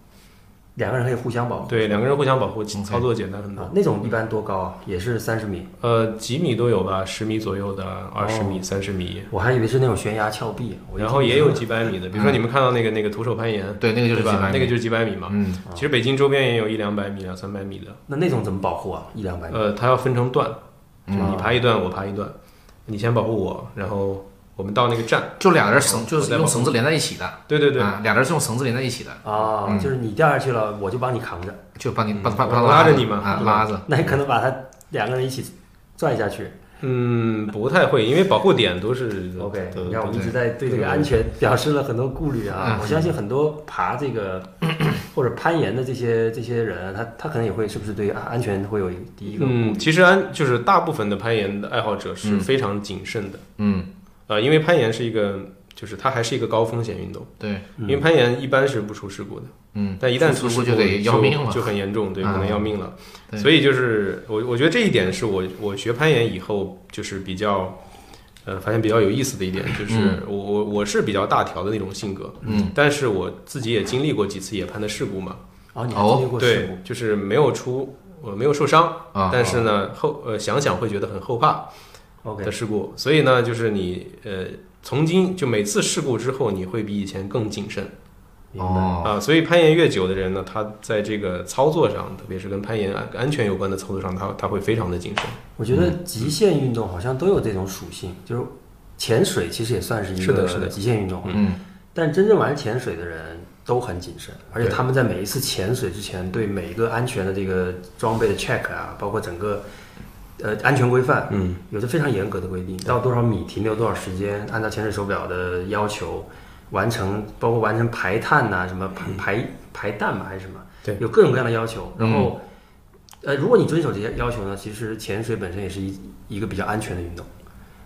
Speaker 1: 两个人可以互相保护
Speaker 3: 对，两个人互相保护，操作简单很多
Speaker 1: 啊。。那种一般多高啊？也是三十米。
Speaker 3: 呃，几米都有吧，十米左右的，二十米、三十米，
Speaker 1: 我还以为是那种悬崖峭壁，啊我一
Speaker 3: 然后
Speaker 1: 听
Speaker 3: 也
Speaker 1: 说
Speaker 3: 有几百米的。比如说你们看到那个那个徒手攀岩，
Speaker 2: 对，那个就是
Speaker 3: 对
Speaker 2: 几
Speaker 3: 吧
Speaker 2: 百？米
Speaker 3: 那个就是几百米嘛。
Speaker 2: 嗯
Speaker 3: 其实北京周边也有一两百米、两三百米的。
Speaker 1: 那那种怎么保护啊？一两百米。
Speaker 3: 呃，它要分成段，就是
Speaker 1: 嗯
Speaker 3: 你爬一段，我爬一段，你先保护我，然后我们到那个站。
Speaker 2: 就两个人绳就
Speaker 3: 我
Speaker 2: 是
Speaker 3: 再
Speaker 2: 用
Speaker 3: 保
Speaker 2: 绳子连在一起的，
Speaker 3: 对对对，
Speaker 2: 啊，两个人是用绳子连在一起的，
Speaker 3: 呃
Speaker 1: 啊、
Speaker 3: 嗯
Speaker 1: 就是你掉下去了，我就帮你扛着，
Speaker 2: 就帮你帮帮
Speaker 3: 我
Speaker 2: 帮
Speaker 3: 嗯拉着
Speaker 2: 着
Speaker 3: 你嘛
Speaker 2: 啊，
Speaker 3: 对吧
Speaker 2: 拉着，
Speaker 1: 那你可能把他两个人一起拽下去。
Speaker 3: 嗯，不太会，因为保护点都是
Speaker 1: OK，
Speaker 3: 都
Speaker 1: 你看我们一
Speaker 3: 都
Speaker 1: 直在对这个安全表示了很多顾虑
Speaker 3: 嗯
Speaker 1: 啊。我相信很多爬这个 或者攀岩的这些这些人，啊他他可能也会是不是对安安全会有第一个顾嗯虑？
Speaker 3: 嗯，其实安就是大部分的攀岩的爱好者是非常谨慎的，
Speaker 2: 嗯，
Speaker 3: 呃，因为攀岩是一个，就是它还是一个高风险运动，
Speaker 2: 对，
Speaker 1: 嗯
Speaker 3: 因为攀岩一般是不出事故的，
Speaker 2: 嗯，
Speaker 3: 但一旦
Speaker 2: 出
Speaker 3: 出
Speaker 2: 事
Speaker 3: 事
Speaker 2: 故就得要命了
Speaker 3: 就很严重，对，
Speaker 2: 啊
Speaker 3: 可能要命了。
Speaker 2: 对
Speaker 3: 所以就是我我觉得这一点是我我学攀岩以后就是比较。呃，发现比较有意思的一点就是我，我我是比较大条的那种性格，
Speaker 2: 嗯，
Speaker 3: 但是我自己也经历过几次野攀的事故嘛，
Speaker 1: 哦，你还经历过事
Speaker 3: 对
Speaker 1: 故，
Speaker 3: 就是没有出，我没有受伤，
Speaker 2: 啊，
Speaker 3: 但是呢，后呃想想会觉得很后怕的
Speaker 1: OK，
Speaker 3: 事故，所以呢，就是你呃，从今就每次事故之后，你会比以前更谨慎
Speaker 1: 明白。
Speaker 2: 哦，
Speaker 3: 啊。所以攀岩越久的人呢，他在这个操作上，特别是跟攀岩安安全有关的操作上，他他会非常的谨慎。
Speaker 1: 我觉得
Speaker 3: 嗯
Speaker 1: 极限运动好像都有这种属性，就是潜水其实也算是一
Speaker 3: 是的
Speaker 1: 个
Speaker 3: 是的
Speaker 1: 极限运动，
Speaker 2: 嗯
Speaker 1: 但真正玩潜水的人都很谨慎，而且
Speaker 3: 对
Speaker 1: 他们在每一次潜水之前，对每一个安全的这个装备的 check 啊，包括整个呃安全规范，
Speaker 3: 嗯，
Speaker 1: 有着非常严格的规定，到多少米停留多少时间，按照潜水手表的要求完成，包括完成排碳呐、什么排
Speaker 2: 嗯
Speaker 1: 排排氮嘛还是什么，
Speaker 3: 对
Speaker 1: 有各种各样的要求。然后，呃，如果你遵守这些要求呢，其实潜水本身也是一一个比较安全的运动。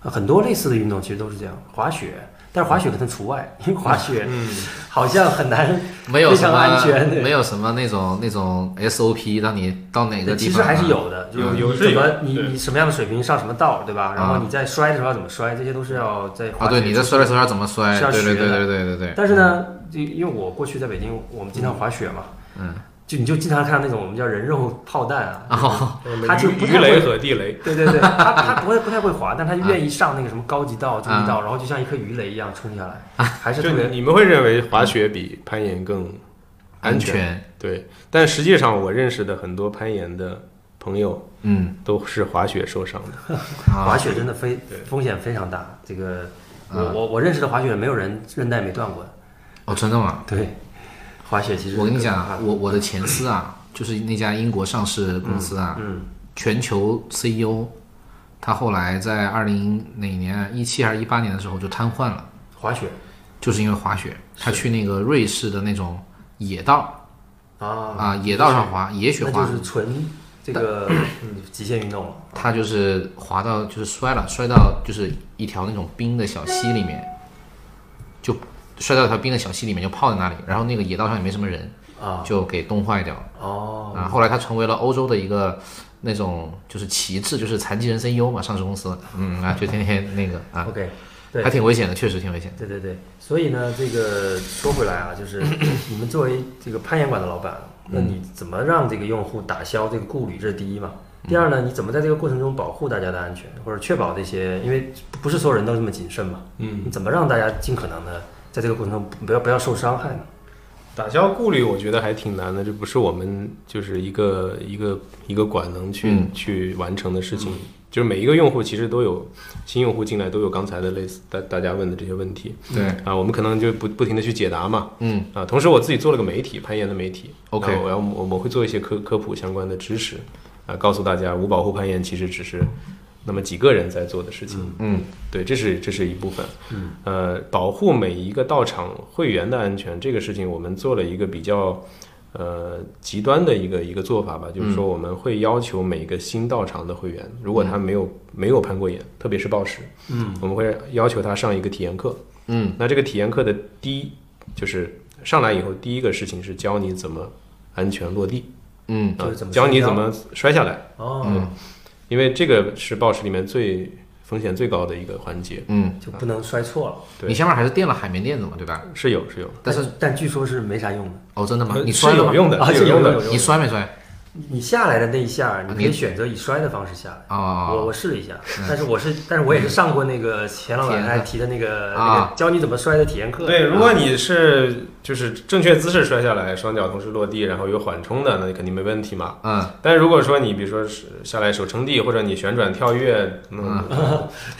Speaker 1: 啊，很多类似的运动其实都是这样，滑雪，但是滑雪可能除外，因为滑雪
Speaker 2: 嗯
Speaker 1: 好像很难，
Speaker 2: 没有
Speaker 1: 非
Speaker 2: 什
Speaker 1: 常
Speaker 2: 么
Speaker 1: 安全对
Speaker 2: 没有什么那种那种 SOP 让你到哪个地
Speaker 1: 其
Speaker 2: 方，啊
Speaker 1: 实还是，有的，就
Speaker 3: 有
Speaker 1: 是
Speaker 3: 有
Speaker 1: 你
Speaker 3: 是
Speaker 1: 怎么
Speaker 3: 有
Speaker 1: 你
Speaker 3: 对
Speaker 1: 你什么样的水平上什么道，对吧？然后
Speaker 2: 啊
Speaker 1: 你在摔的时候要怎么摔，这些都是要在滑
Speaker 2: 啊，对，
Speaker 1: 雪
Speaker 2: 你在
Speaker 1: 之
Speaker 2: 摔的时候要怎么摔，
Speaker 1: 是要
Speaker 2: 对对
Speaker 1: 学
Speaker 2: 对
Speaker 1: 的
Speaker 2: 对对对对，
Speaker 1: 但是呢，就因为我过去在北京，我们经常滑雪嘛，
Speaker 2: 嗯，
Speaker 1: 就你就经常看到那种我们叫人肉炮弹啊，
Speaker 2: 哦，
Speaker 1: 他就不
Speaker 3: 鱼
Speaker 1: 太
Speaker 3: 鱼雷
Speaker 1: 会，
Speaker 3: 和地雷，
Speaker 1: 对对对，他他不会不太会滑，但他愿意上那个什么高级
Speaker 2: 嗯
Speaker 1: 道、中级道，然后就像一颗鱼雷一样冲下来，
Speaker 2: 啊
Speaker 1: 还是
Speaker 3: 就
Speaker 1: 特别
Speaker 3: 你你们会认为滑雪比攀岩更
Speaker 2: 安
Speaker 3: 安全，
Speaker 2: 全，
Speaker 3: 对，但实际上我认识的很多攀岩的朋友
Speaker 2: 嗯，
Speaker 3: 都是滑雪受伤的。
Speaker 2: 啊
Speaker 1: 滑雪真的非
Speaker 3: 对
Speaker 1: 风险非常大。这个我
Speaker 2: 啊
Speaker 1: 我我认识的滑雪人没有人韧带没断过的，
Speaker 2: 哦，真的吗？
Speaker 1: 对，滑雪其实
Speaker 2: 我跟你讲
Speaker 1: 更可怕
Speaker 2: 啊，
Speaker 1: 的
Speaker 2: 我我的前司啊，就是那家英国上市公司啊，
Speaker 1: 嗯
Speaker 2: 全球 CEO 他后来在二零哪年一七还是一八年的时候就瘫痪了，
Speaker 1: 滑雪
Speaker 2: 就是因为滑雪，他去那个瑞士的那种野道
Speaker 1: 啊
Speaker 2: 啊，野道上滑，野雪
Speaker 1: 那
Speaker 2: 滑
Speaker 1: 就，是纯这个嗯极限运动了。
Speaker 2: 他就是滑到就是摔了，摔到就是一条那种冰的小溪里面，就摔到一条冰的小溪里面就泡在那里，然后那个野道上也没什么人，
Speaker 1: 啊
Speaker 2: 就给冻坏掉了。
Speaker 1: 哦，
Speaker 2: 啊，后来他成为了欧洲的一个那种就是旗帜，就是残疾人 CEO 嘛，上市公司，嗯啊，就天天那个啊，
Speaker 1: OK，对
Speaker 2: 还挺危险的，确实挺危险的。
Speaker 1: 对对对，所以呢，这个说回来啊，就是你们作为这个攀岩馆的老板，那你怎么让这个用户打消这个顾虑？这是第一嘛。第二呢，你怎么在这个过程中保护大家的安全，或者确保这些？因为不是所有人都这么谨慎嘛。
Speaker 3: 嗯，
Speaker 1: 你怎么让大家尽可能的在这个过程中不要不要受伤害呢？
Speaker 3: 打消顾虑，我觉得还挺难的，这不是我们就是一个一个一个馆能去、
Speaker 2: 嗯
Speaker 3: 去完成的事情。就是每一个用户其实都有新用户进来都有刚才的类似大大家问的这些问题
Speaker 2: 对，
Speaker 3: 啊，我们可能就不不停的去解答嘛
Speaker 2: 嗯
Speaker 3: 啊。同时我自己做了个媒体，攀岩的媒体
Speaker 2: OK
Speaker 3: 然后我要我们会做一些科科普相关的知识啊，告诉大家无保护攀岩其实只是那么几个人在做的事情。
Speaker 2: 嗯
Speaker 3: 对，这是这是一部分。嗯，呃，保护每一个到场会员的安全这个事情，我们做了一个比较呃极端的一个一个做法吧，就是说
Speaker 2: 嗯
Speaker 3: 我们会要求每个新到场的会员，如果他没有没有攀过岩，特别是暴食，嗯，我们会要求他上一个体验课。
Speaker 2: 嗯，
Speaker 3: 那这个体验课的第一就是上来以后，第一个事情是教你怎么安全落地，
Speaker 2: 嗯
Speaker 1: 就
Speaker 3: 啊
Speaker 1: 是怎，么
Speaker 3: 教你
Speaker 1: 摔跤
Speaker 3: 怎么摔下来。
Speaker 1: 哦，
Speaker 3: 因为这个是暴食里面最风险最高的一个环节，
Speaker 2: 嗯，
Speaker 1: 就不能摔错了。
Speaker 3: 对
Speaker 2: 你下面还是垫了海绵垫子嘛，对吧？
Speaker 3: 是有是有，
Speaker 2: 但是
Speaker 1: 但但据说是没啥用的。
Speaker 2: 哦，真的吗
Speaker 3: 呃？
Speaker 2: 你摔
Speaker 3: 是
Speaker 2: 了
Speaker 3: 有
Speaker 2: 吗？
Speaker 3: 用的，
Speaker 1: 啊
Speaker 3: 是
Speaker 1: 有用
Speaker 3: 用
Speaker 1: 的
Speaker 3: 的。
Speaker 1: 有用
Speaker 2: 你摔没摔？
Speaker 1: 你你下来的那一下，你可以
Speaker 2: 你
Speaker 1: 选择以摔的方式下来。我
Speaker 2: 哦，
Speaker 1: 我试了一下，但是我是，但是我也是上过那个钱老板
Speaker 2: 体验课
Speaker 1: 还提的那个
Speaker 2: 啊
Speaker 1: 那个教你怎么摔的体验课。啊
Speaker 3: 对，如果你是就是正确姿势摔下来，双脚同时落地，然后有缓冲的，那肯定没问题嘛。
Speaker 2: 嗯，
Speaker 3: 但如果说你比如说是下来手撑地，或者你旋转跳跃，嗯，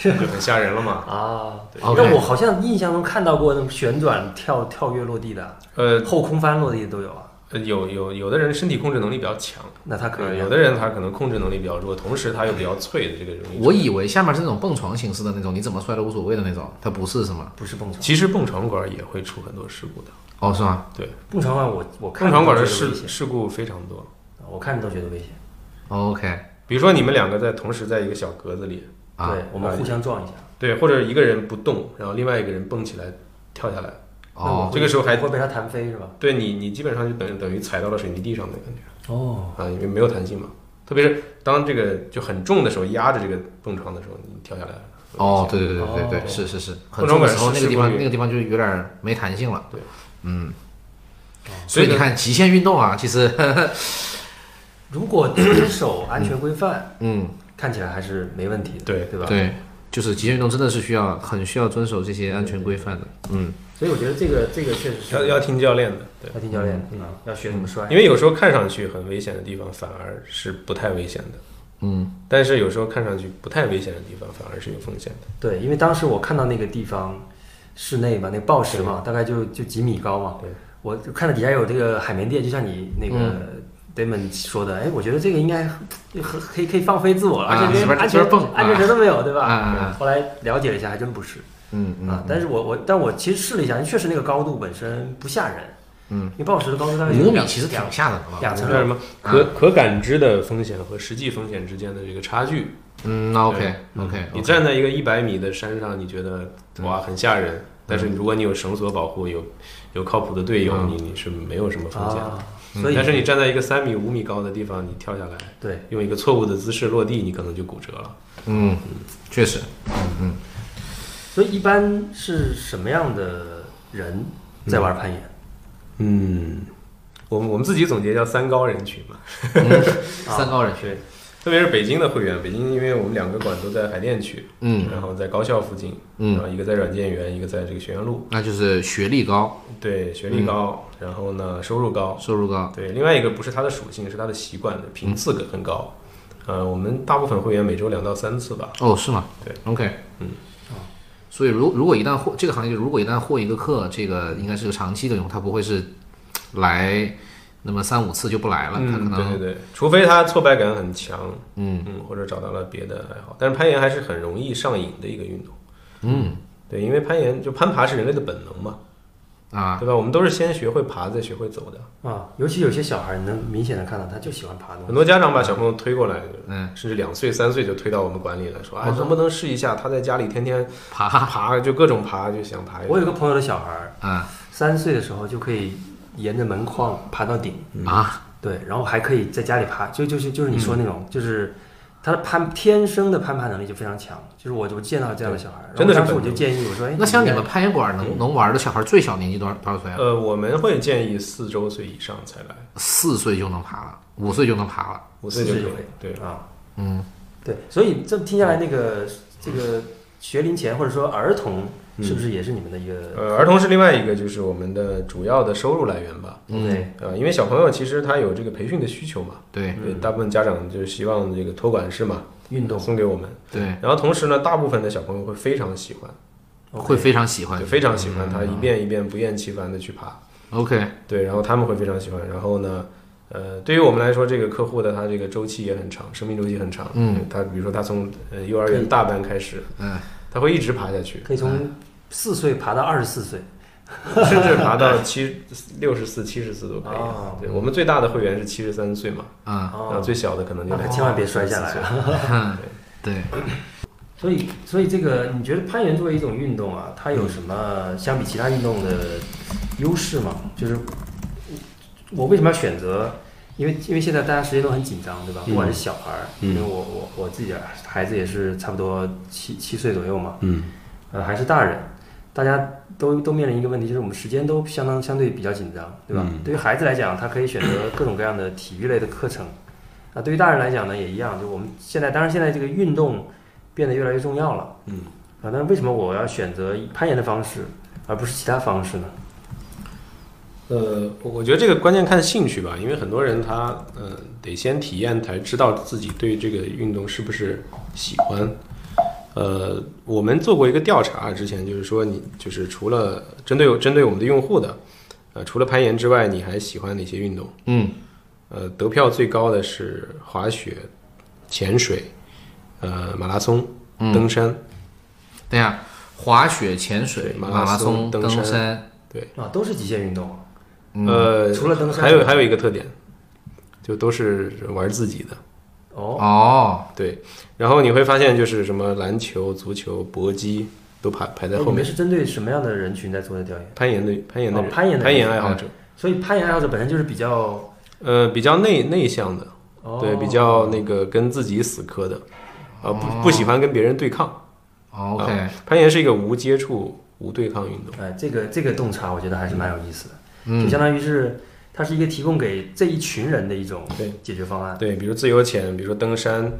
Speaker 3: 就很吓人 了嘛。
Speaker 1: 啊，
Speaker 3: 对
Speaker 2: 哦
Speaker 1: 但我好像印象中看到过那种旋转、跳、跳跃落地的，
Speaker 3: 呃，
Speaker 1: 后空翻落地的都有啊。
Speaker 3: 有有有的人身体控制能力比较强，
Speaker 1: 那他可
Speaker 3: 呃
Speaker 1: 以
Speaker 3: 有
Speaker 1: 啊
Speaker 3: 的人他可能控制能力比较弱，同时他又比较脆的，这个容易。
Speaker 2: 我以为下面是那种蹦床形式的那种，你怎么摔都无所谓的那种，它不是是吗？
Speaker 1: 不是蹦床，
Speaker 3: 其实蹦床馆也会出很多事故的，
Speaker 2: 哦，是吗？
Speaker 3: 对，
Speaker 1: 蹦床馆我我看
Speaker 3: 蹦床馆的
Speaker 1: 着都觉得
Speaker 3: 事
Speaker 1: 危险，
Speaker 3: 事故非常多。
Speaker 1: 我看着都觉得危险。
Speaker 2: 哦，OK，
Speaker 3: 比如说你们两个在同时在一个小格子里，
Speaker 2: 啊
Speaker 1: 对，我们互相撞一下，
Speaker 3: 对，或者一个人不动，然后另外一个人蹦起来跳下来，
Speaker 1: 那我
Speaker 2: 哦，
Speaker 1: 会
Speaker 3: 这个时候还
Speaker 1: 我会被他弹飞是吧？
Speaker 3: 对你，你基本上就等于等于踩到了水泥地上的感觉
Speaker 1: 哦，
Speaker 3: 啊，因为没有弹性嘛。特别是当这个就很重的时候，压着这个蹦床的时候，你跳下来了。
Speaker 2: 哦，对对对对对
Speaker 1: 哦
Speaker 2: 对，是是是，
Speaker 3: 不
Speaker 2: 很
Speaker 3: 能
Speaker 2: 重的
Speaker 3: 管
Speaker 2: 时候
Speaker 3: 是
Speaker 2: 那个地
Speaker 3: 是不
Speaker 2: 方
Speaker 3: 是
Speaker 2: 那个地方就有点没弹性了。
Speaker 3: 对，
Speaker 2: 嗯，所
Speaker 3: 所以
Speaker 2: 以你
Speaker 3: 呢
Speaker 2: 看极限运动啊，其实，
Speaker 1: 如果遵守安全规范，
Speaker 2: 嗯，
Speaker 1: 看起来还是没问题的，
Speaker 3: 对
Speaker 1: 对吧？
Speaker 2: 对，就是极限运动真的是需要很需要遵守这些安全规范的。嗯，
Speaker 1: 所以我觉得这个这个确实是
Speaker 3: 要要听教练的，对，
Speaker 1: 要听教练啊，要学怎么摔。
Speaker 3: 因为有时候看上去很危险的地方，反而是不太危险的。嗯，但是有时候看上去不太危险的地方，反而是有风险的。
Speaker 1: 对，因为当时我看到那个地方，室内嘛，那个暴石嘛，大概就就几米高嘛。
Speaker 3: 对，
Speaker 1: 我就看到底下有这个海绵垫，就像你那个
Speaker 2: 嗯
Speaker 1: Damon 说的，哎，我觉得这个应该很可以可以放飞自我了，
Speaker 2: 啊
Speaker 1: 而且
Speaker 2: 随
Speaker 1: 连
Speaker 2: 便
Speaker 1: 安
Speaker 2: 随
Speaker 1: 全
Speaker 2: 便蹦
Speaker 1: 安全
Speaker 2: 啊
Speaker 1: 绳都没有，对吧？
Speaker 2: 啊啊啊
Speaker 1: 后来了解了一下，还真不是。
Speaker 2: 嗯嗯
Speaker 1: 啊，但是我我但我其实试了一下，确实那个高度本身不吓人。嗯，因为暴石的高度大概有
Speaker 2: 五米
Speaker 1: 两
Speaker 2: 其实挺
Speaker 1: 两
Speaker 2: 吓人的吧？
Speaker 1: 两层
Speaker 3: 叫什
Speaker 1: 楼。
Speaker 3: 么可可感知的风险和实际风险之间的这个差距，
Speaker 2: 嗯，那 OK OK，
Speaker 3: 你站在一个一百米的山上，你觉得哇很吓人，但是如果你有绳索保护，有有靠谱的队友，
Speaker 2: 嗯
Speaker 3: 你你是没有什么风险的。
Speaker 1: 啊，所以
Speaker 3: 但是你站在一个三米、五米高的地方，你跳下来，
Speaker 1: 对，
Speaker 3: 用一个错误的姿势落地，你可能就骨折了。
Speaker 2: 嗯，确实，
Speaker 1: 所以一般是什么样的人在玩攀岩？
Speaker 3: 嗯，我们我们自己总结叫三高人群嘛，
Speaker 1: 啊
Speaker 2: 三高人群，
Speaker 3: 特别是北京的会员，北京因为我们两个馆都在海淀区，
Speaker 2: 嗯
Speaker 3: 然后在高校附近，
Speaker 2: 嗯
Speaker 3: 然后一个在软件园，一个在这个学院路，
Speaker 2: 那就是学历高，
Speaker 3: 对，学
Speaker 2: 嗯
Speaker 3: 历高，然后呢收入高，
Speaker 2: 收入高，
Speaker 3: 对，另外一个不是它的属性，是它的习惯，
Speaker 2: 嗯
Speaker 3: 频次很高。呃，我们大部分会员每周两到三次吧。
Speaker 2: 哦，是吗？
Speaker 3: 对
Speaker 2: ，OK，
Speaker 3: 嗯，
Speaker 2: 所以如如果一旦获这个行业，如果一旦获一个课，这个应该是个长期的用户，他不会是来那么三五次就不来了，他可
Speaker 3: 嗯，对对
Speaker 2: 能
Speaker 3: 对，除非他挫败感很强，
Speaker 2: 嗯
Speaker 3: 嗯，或者找到了别的爱好，但是攀岩还是很容易上瘾的一个运动。
Speaker 2: 嗯
Speaker 3: 对，因为攀岩就攀爬是人类的本能嘛，
Speaker 2: 啊，
Speaker 3: 对吧？我们都是先学会爬，再学会走的。
Speaker 1: 啊，尤其有些小孩儿，你能明显的看到他就喜欢爬东
Speaker 3: 很
Speaker 1: 西。
Speaker 3: 多家长把小朋友推过来，
Speaker 2: 嗯，
Speaker 3: 甚至两岁、三岁就推到我们馆里来
Speaker 1: 哦
Speaker 3: 说，哎，能不能试一下？他在家里天天
Speaker 2: 爬
Speaker 3: 爬，就各种爬，就想爬一
Speaker 1: 我有
Speaker 3: 下。
Speaker 1: 个朋友的小孩儿，
Speaker 2: 啊
Speaker 1: 三岁的时候就可以沿着门框爬到顶，
Speaker 3: 嗯
Speaker 2: 啊，
Speaker 1: 对，然后还可以在家里爬，就就是就是你说那
Speaker 2: 嗯
Speaker 1: 种，就是他的攀天生的攀爬能力就非常强，就是我我见到这样的小孩儿，
Speaker 3: 真的是
Speaker 1: 然后当时我
Speaker 3: 本能
Speaker 1: 就建议我说，哎，
Speaker 2: 那像你
Speaker 1: 应该
Speaker 2: 们攀岩馆能能玩的小孩最小年纪多少多少岁啊？
Speaker 3: 呃，我们会建议四周岁以上才来，
Speaker 2: 四岁就能爬了，五岁就能爬了，
Speaker 3: 五岁就
Speaker 1: 四
Speaker 3: 可
Speaker 1: 岁
Speaker 3: 以
Speaker 1: 就可以。
Speaker 3: 对，
Speaker 1: 啊，
Speaker 2: 嗯，哦
Speaker 1: 对，所以这么听下来，那个这个学龄前或者说儿童是不是也是你们的一个
Speaker 3: 呃，儿童是另外一个，就是我们的主要的收入来源吧。
Speaker 2: 嗯
Speaker 1: 对？
Speaker 3: 呃，因为小朋友其实他有这个培训的需求嘛，
Speaker 2: 对
Speaker 3: 对，大部分家长就希望这个托管式嘛，
Speaker 1: 运动
Speaker 3: 送给我们。
Speaker 2: 对，
Speaker 3: 然后同时呢，大部分的小朋友会非常喜欢，
Speaker 2: 会非常喜
Speaker 1: 哎
Speaker 2: 欢
Speaker 3: 就非常喜
Speaker 1: 嗯
Speaker 3: 欢他一遍一遍不厌其烦的去爬。
Speaker 2: ，OK，
Speaker 3: 对，然后他们会非常喜欢。然后呢，呃，对于我们来说，这个客户的他这个周期也很长，生命周期很长。
Speaker 2: 嗯，
Speaker 3: 他比如说他从呃幼儿
Speaker 1: 可以哎
Speaker 3: 园大班开始，
Speaker 2: 嗯，
Speaker 3: 他会一直爬下去，
Speaker 1: 可以从四岁爬到二十四岁，
Speaker 3: 甚至爬到七六十四、七十四都可以。
Speaker 1: 哦
Speaker 3: 对我们最大的会员是七十三岁嘛，
Speaker 2: 嗯，
Speaker 3: 然后
Speaker 1: 哦，
Speaker 3: 最小的可能就
Speaker 1: 那可
Speaker 3: 两
Speaker 1: 千万别摔下来啊。
Speaker 2: 对，
Speaker 1: 所以，所以这个你觉得攀岩作为一种运动啊，它有什么相比其他运动的优势吗？就是我为什么要选择？因为因为现在大家时间都很紧张，对吧？不管是小孩儿，
Speaker 3: 嗯
Speaker 1: 因为我我我自己的孩子也是差不多七七岁左右嘛，
Speaker 3: 嗯，
Speaker 1: 呃，还是大人，大家都都面临一个问题，就是我们时间都相当相对比较紧张，对吧？
Speaker 3: 嗯
Speaker 1: 对于孩子来讲，他可以选择各种各样的体育类的课程，那对于大人来讲呢，也一样，就我们现在，当然现在这个运动变得越来越重要了，嗯，啊，那为什么我要选择以攀岩的方式，而不是其他方式呢？
Speaker 3: 呃，我我觉得这个关键看兴趣吧，因为很多人他呃得先体验才知道自己对这个运动是不是喜欢。呃，我们做过一个调查，之前就是说你就是除了针对针对我们的用户的，呃，除了攀岩之外，你还喜欢哪些运动？
Speaker 2: 嗯
Speaker 3: 呃，得票最高的是滑雪、潜水、呃马拉松、
Speaker 2: 嗯，
Speaker 3: 登山。
Speaker 2: 对呀，滑雪、潜水、
Speaker 3: 对
Speaker 2: 马
Speaker 3: 马
Speaker 2: 拉
Speaker 3: 拉
Speaker 2: 松、
Speaker 3: 松
Speaker 2: 登
Speaker 3: 登山
Speaker 2: 山，
Speaker 1: 啊，都是极限运动啊，
Speaker 3: 呃，
Speaker 1: 除了登山
Speaker 3: 还有还有一个特点，就都是玩自己的。
Speaker 1: 哦，
Speaker 2: 哦，
Speaker 3: 对，然后你会发现就是什么篮球、足球、搏击都排排在
Speaker 1: 哎
Speaker 3: 后
Speaker 1: 你们
Speaker 3: 面。
Speaker 1: 是针对什么样的人群在做的调研？
Speaker 3: 攀岩的攀岩的人，
Speaker 1: 哦攀岩的人
Speaker 3: 爱好者，
Speaker 1: 所以攀岩爱好者本身就是比较，
Speaker 3: 呃，比较内内向的，
Speaker 1: 哦、
Speaker 3: 对，比较那个跟自己死磕的，呃，
Speaker 1: 哦
Speaker 3: 不不喜欢跟别人对抗。
Speaker 2: 哦 OK，
Speaker 3: 攀岩是一个无接触、无对抗运动。
Speaker 1: 哎，这个这个洞察我觉得还是蛮有意思的，就
Speaker 2: 嗯
Speaker 1: 相当于是它是一个提供给这一群人的一种
Speaker 3: 对
Speaker 1: 解决方案。
Speaker 3: 对，比如自由潜，比如说登山，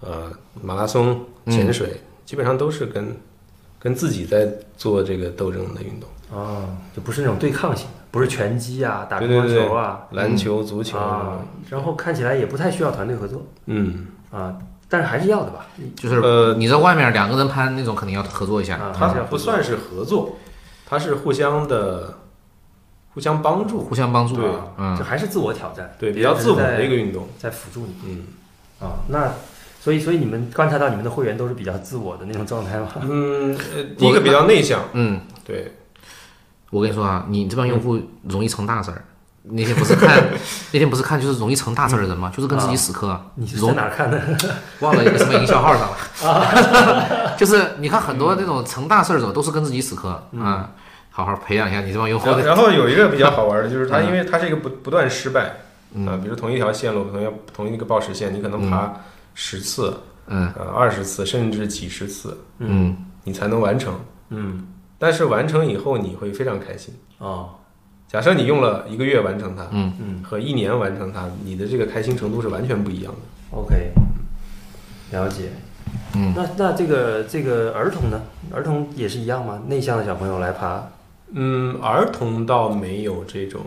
Speaker 3: 呃，马拉松、
Speaker 2: 嗯
Speaker 3: 潜水，基本上都是跟跟自己在做这个斗争的运动。
Speaker 1: 哦，就不是那种对抗型的，不是拳击啊，打
Speaker 3: 对
Speaker 1: 乒
Speaker 3: 对
Speaker 1: 乓
Speaker 3: 对
Speaker 1: 球啊
Speaker 3: 篮球、足球，
Speaker 1: 啊，然后看起来也不太需要团队合作
Speaker 3: 嗯，
Speaker 1: 啊，但是还是要的吧？
Speaker 2: 就是
Speaker 3: 呃
Speaker 2: 你在外面两个人攀那种，肯定要合作一下。
Speaker 1: 啊，
Speaker 3: 它
Speaker 1: 还是要合作
Speaker 3: 不算是合作，它是互相的、互相帮助，
Speaker 2: 互相帮助
Speaker 3: 对
Speaker 2: 啊，嗯
Speaker 1: 就还是自我挑战，
Speaker 3: 对，比
Speaker 1: 别人
Speaker 3: 较自我的一个
Speaker 1: 在
Speaker 3: 运动。
Speaker 1: 在辅助你
Speaker 3: 嗯
Speaker 1: 啊。那所以所以你们观察到你们的会员都是比较自我的那种状态 吗？
Speaker 3: 嗯，呃第一个比较内向，
Speaker 2: 嗯，
Speaker 3: 对，
Speaker 2: 我跟你说啊，你这帮用户容易成大事儿。那天不是看那天不是看就是容易成大事儿的人吗？就是跟自己死磕啊，
Speaker 1: 你是在
Speaker 2: 容
Speaker 1: 哪儿看的？
Speaker 2: 忘了一个什么营销号上了。 就是你看很多那种成大事儿者都是跟自己死磕啊，好好培养一下你这帮用户
Speaker 3: 然后
Speaker 2: 的。
Speaker 3: 然后有一个比较好玩的，就是它，
Speaker 2: 嗯
Speaker 3: 因为它是一个不不断失败，啊，
Speaker 2: 嗯
Speaker 3: 比如同一条线路，同样同一个报时线，你可能爬十次、
Speaker 2: 嗯
Speaker 3: 呃二十次，甚至几十次，
Speaker 2: 嗯，
Speaker 3: 你才能完成。
Speaker 1: 嗯，
Speaker 3: 但是完成以后，你会非常开心。
Speaker 1: 哦，
Speaker 3: 假设你用了一个月完成它，
Speaker 2: 嗯
Speaker 1: 嗯
Speaker 3: 和一年完成它，你的这个开心程度是完全不一样的。
Speaker 1: ，OK，了解。
Speaker 2: 嗯，
Speaker 1: 那那这个这个儿童呢？儿童也是一样吗？内向的小朋友来爬
Speaker 3: 嗯，儿童倒没有这种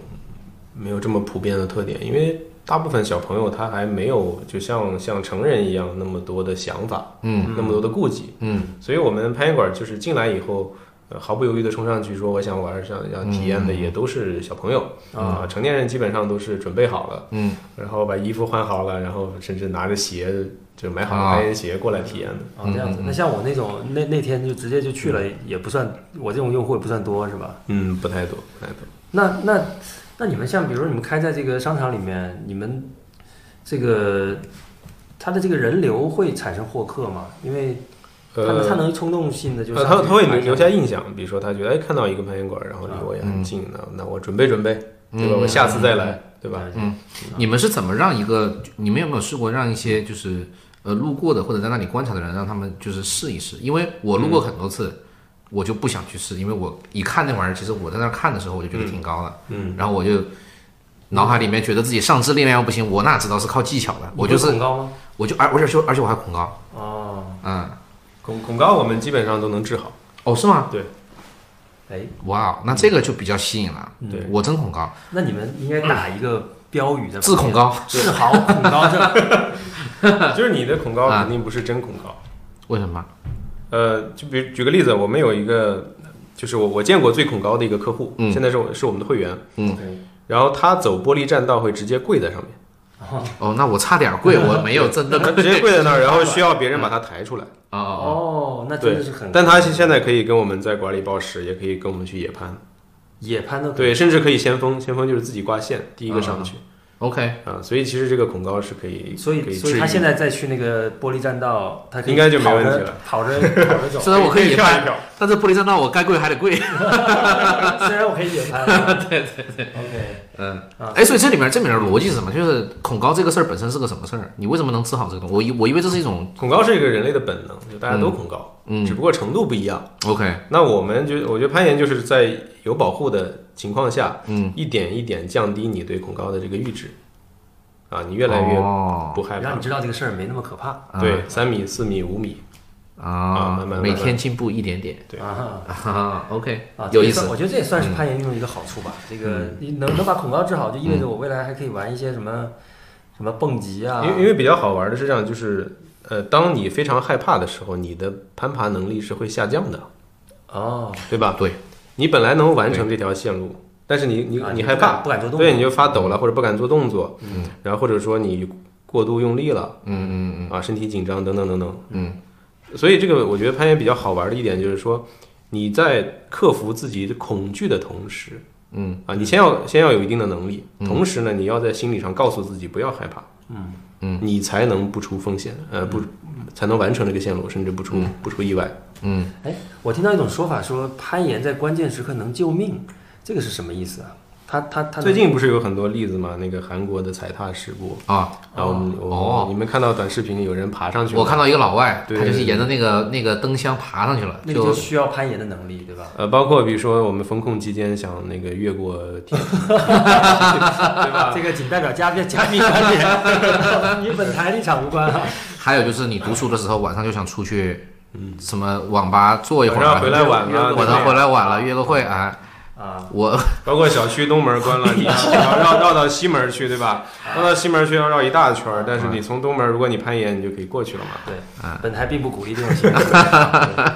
Speaker 3: 没有这么普遍的特点，因为大部分小朋友他还没有就像像成人一样那么多的想法，
Speaker 2: 嗯
Speaker 3: 那么多的顾忌，
Speaker 2: 嗯
Speaker 3: 所以我们攀岩馆就是进来以后，呃毫不犹豫的冲上去说我想玩，想要体验
Speaker 2: 嗯
Speaker 3: 的也都是小朋友啊、成年人基本上都是准备好了，
Speaker 2: 嗯，
Speaker 3: 然后把衣服换好了，然后甚至拿着鞋就买好
Speaker 2: 啊
Speaker 3: 了单人鞋过来体验的。
Speaker 1: 哦，这样
Speaker 3: 嗯
Speaker 1: 子。那像我那种那那天就直接就去了，也不算我这种用户也不算多是吧？
Speaker 3: 嗯，不太多，不太多。
Speaker 1: 那那那你们像比如说你们开在这个商场里面，你们这个它的这个人流会产生获客吗？因为他
Speaker 3: 呃
Speaker 1: 们，他能冲动性的就
Speaker 3: 呃，
Speaker 1: 上
Speaker 3: 他
Speaker 1: 去
Speaker 3: 他会
Speaker 1: 买
Speaker 3: 留
Speaker 1: 一
Speaker 3: 留下印象，比如说他觉得哎看到一个攀岩馆，然后离我也
Speaker 2: 嗯
Speaker 3: 很近，那那我准备准备，对吧？我下次再来，对吧？？
Speaker 1: 嗯，
Speaker 2: 你们是怎么让一个？你们有没有试过让一些就是呃路过的或者在那里观察的人，让他们就是试一试？因为我路过很多次，我就不想去试，因为我一看那玩意儿，其实我在那儿看的时候我就觉得挺高的，
Speaker 3: 嗯，
Speaker 2: 然后我就脑海里面觉得自己上肢力量又不行，我哪知道是靠技巧的？我就
Speaker 1: 你会
Speaker 2: 是
Speaker 1: 恐高吗？
Speaker 2: 我就而而且就而且我还恐高，
Speaker 1: 哦，
Speaker 2: 嗯，
Speaker 3: 恐恐高我们基本上都能 治好，
Speaker 2: 哦是吗？
Speaker 1: 哎，嗯
Speaker 2: 哇哦，那这个就比较吸引了，
Speaker 3: 对。
Speaker 2: 我真恐高，
Speaker 1: 那你们应该打一个标语在
Speaker 2: 嗯自恐高，
Speaker 1: 治好恐高症。
Speaker 3: 就是你的恐高
Speaker 2: 啊
Speaker 3: 肯定不是真恐高。
Speaker 2: 为什么？
Speaker 3: 呃，就比如举个例子，我们有一个，就是我我见过最恐高的一个客户，
Speaker 2: 嗯
Speaker 3: 现在是我是我们的会员，
Speaker 2: 嗯
Speaker 3: 然后他走玻璃栈道会直接跪在上面，
Speaker 2: 哦，那我差点跪，我没有 真的
Speaker 3: 他直接跪在那儿，然后需要别人把他抬出来。
Speaker 2: 哦哦
Speaker 1: 哦，那真
Speaker 3: 对
Speaker 1: 的是
Speaker 2: 嗯
Speaker 1: 很，，
Speaker 3: 但他现在可以跟我们在馆里报时，也可以跟我们去野攀，
Speaker 1: 野攀的
Speaker 3: 对，甚至可以先锋，先锋就是自己挂线，第一个上去
Speaker 2: 哦，OK。
Speaker 3: 啊，所以其实这个恐高是可以，
Speaker 1: 所
Speaker 3: 可
Speaker 1: 以，
Speaker 3: 以
Speaker 1: 所
Speaker 3: 治
Speaker 1: 以
Speaker 3: 愈
Speaker 1: 他
Speaker 3: 的
Speaker 1: 现在再去那个玻璃栈道，他可以
Speaker 3: 应该就没
Speaker 1: 跑
Speaker 3: 问题
Speaker 1: 着
Speaker 3: 了
Speaker 1: 跑着跑着走，
Speaker 2: 虽然我可以野
Speaker 3: 跳一
Speaker 2: 攀，
Speaker 3: 跳，
Speaker 2: 但这玻璃栈道我该跪还得跪。
Speaker 1: 虽然我可以野攀。对对对，OK，
Speaker 2: 嗯
Speaker 1: 啊，
Speaker 2: 哎，所以这里面这里面的逻辑是什么？就是恐高这个事儿本身是个什么事儿？你为什么能治好这个东西？我以我以为这是一种
Speaker 3: 恐高是一个人类的本能，就大家都恐高，
Speaker 2: 嗯
Speaker 3: 只不过程度不一样。
Speaker 2: OK，
Speaker 3: 那我们就我觉得攀岩就是在有保护的情况下，
Speaker 2: 嗯，
Speaker 3: 一点一点降低你对恐高的这个阈值，啊，你越来越
Speaker 2: 哦
Speaker 3: 不害怕。
Speaker 1: 让你知道这个事儿没那么可怕
Speaker 3: 对，三米、四米、五米，啊
Speaker 2: 啊
Speaker 3: 慢慢，
Speaker 2: 每天进步一点点
Speaker 3: 对
Speaker 1: 啊
Speaker 2: 啊，OK，
Speaker 1: 啊！
Speaker 2: 有
Speaker 1: 这
Speaker 2: 意
Speaker 1: 也算
Speaker 2: 思
Speaker 1: 我觉得这也算
Speaker 3: 嗯
Speaker 1: 是攀岩运动的一个好处吧。这个你能能把恐高治好，就意味着我未来还可以玩一些什么什么蹦极啊
Speaker 3: 嗯因，为因为比较好玩的是这样，就是呃，当你非常害怕的时候，你的攀爬能力是会下降的，
Speaker 1: 哦，
Speaker 3: 对吧？
Speaker 2: 对，
Speaker 3: 你本来能完成这条线路，但是你你
Speaker 1: 啊
Speaker 3: 你害怕，
Speaker 1: 不敢不敢做动
Speaker 3: 对，你
Speaker 1: 作
Speaker 3: 就发抖了，或者不敢做动作，嗯，然后或者说你过度用力了，
Speaker 2: 嗯嗯
Speaker 3: 啊，身体紧张等等等等，
Speaker 2: 嗯，
Speaker 3: 所以这个我觉得攀岩比较好玩的一点就是说，你在克服自己的恐惧的同时，
Speaker 2: 嗯
Speaker 3: 啊，你先要先要有一定的能力，同时呢，你要在心理上告诉自己不要害怕，
Speaker 1: 嗯
Speaker 2: 嗯，
Speaker 3: 你才能不出风险，呃，不才能完成这个线路，甚至不出不出意外。
Speaker 2: 嗯
Speaker 1: 哎，我听到一种说法说攀岩在关键时刻能救命，这个是什么意思啊？他他他
Speaker 3: 最近不是有很多例子嘛，那个韩国的踩踏事故，
Speaker 2: 嗯啊，
Speaker 3: 然后我们
Speaker 2: 哦
Speaker 3: 我你们看到短视频里有人爬上去，
Speaker 2: 我看。到一个老外，他
Speaker 3: 对
Speaker 2: 就是沿着那个那个灯箱爬上去了，
Speaker 1: 那个就需要攀岩的能力，对吧？
Speaker 3: 呃，包括比如说我们风控期间想那个越过 天，
Speaker 1: 对吧？ 这个仅代表嘉宾嘉宾观点， 与本台立场无关啊。
Speaker 2: 还有就是你读书的时候晚上就想出去，什么网吧坐一会儿
Speaker 3: 嗯晚上
Speaker 2: 啊，
Speaker 3: 回来晚
Speaker 1: 越
Speaker 3: 了，
Speaker 1: 过
Speaker 2: 晚
Speaker 1: 天
Speaker 2: 上回来晚了约个会啊，
Speaker 1: 啊，
Speaker 2: 我
Speaker 3: 包括小区东门关 了，你要绕绕到西门去，对 吧？绕到西门去要绕一大圈儿，但是你从东门，如果你攀岩，你就可以过去了嘛。
Speaker 1: 对，
Speaker 3: 啊
Speaker 1: 本台并不鼓励这种行 为。对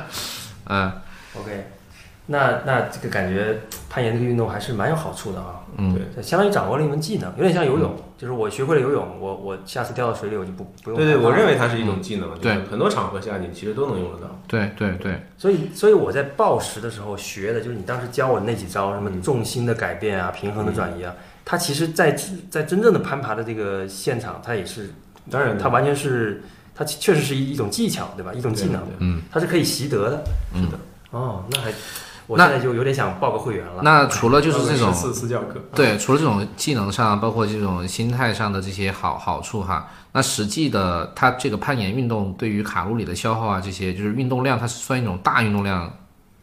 Speaker 2: 嗯。
Speaker 1: OK，那那这个感觉攀岩这个运动还是蛮有好处的啊，
Speaker 2: 嗯
Speaker 3: 对嗯
Speaker 1: 就相当于掌握了一门技能，有点像游泳，就是我学会了游泳，我我下次掉到水里我就不不用
Speaker 3: 对
Speaker 1: 害
Speaker 3: 对，
Speaker 1: 怕了。
Speaker 3: 我认为它是一种技嗯能，就是
Speaker 2: 对
Speaker 3: 很多场合下你其实都能用得到。
Speaker 2: 对对对，
Speaker 1: 所以，所以我在报时的时候学的就是你当时教我那几招，什么重心的改变啊、平衡的转移
Speaker 3: 嗯
Speaker 1: 啊，它其实在，在真正的攀爬的这个现场，它也是，
Speaker 3: 当然，
Speaker 1: 它完全是，它确实是一一种技巧，对吧？一种技能
Speaker 3: 对，
Speaker 2: 嗯，
Speaker 1: 它是可以习得的。
Speaker 2: 嗯
Speaker 1: 是的。哦，那还，我
Speaker 2: 那
Speaker 1: 现在就有点想报个会员了。
Speaker 2: 那除了就是这种
Speaker 3: 四私教课，
Speaker 2: 对，除了这种技能上，包括这种心态上的这些好好处哈，那实际的它这个攀岩运动对于卡路里的消耗啊，这些就是运动量，它是算一种大运动量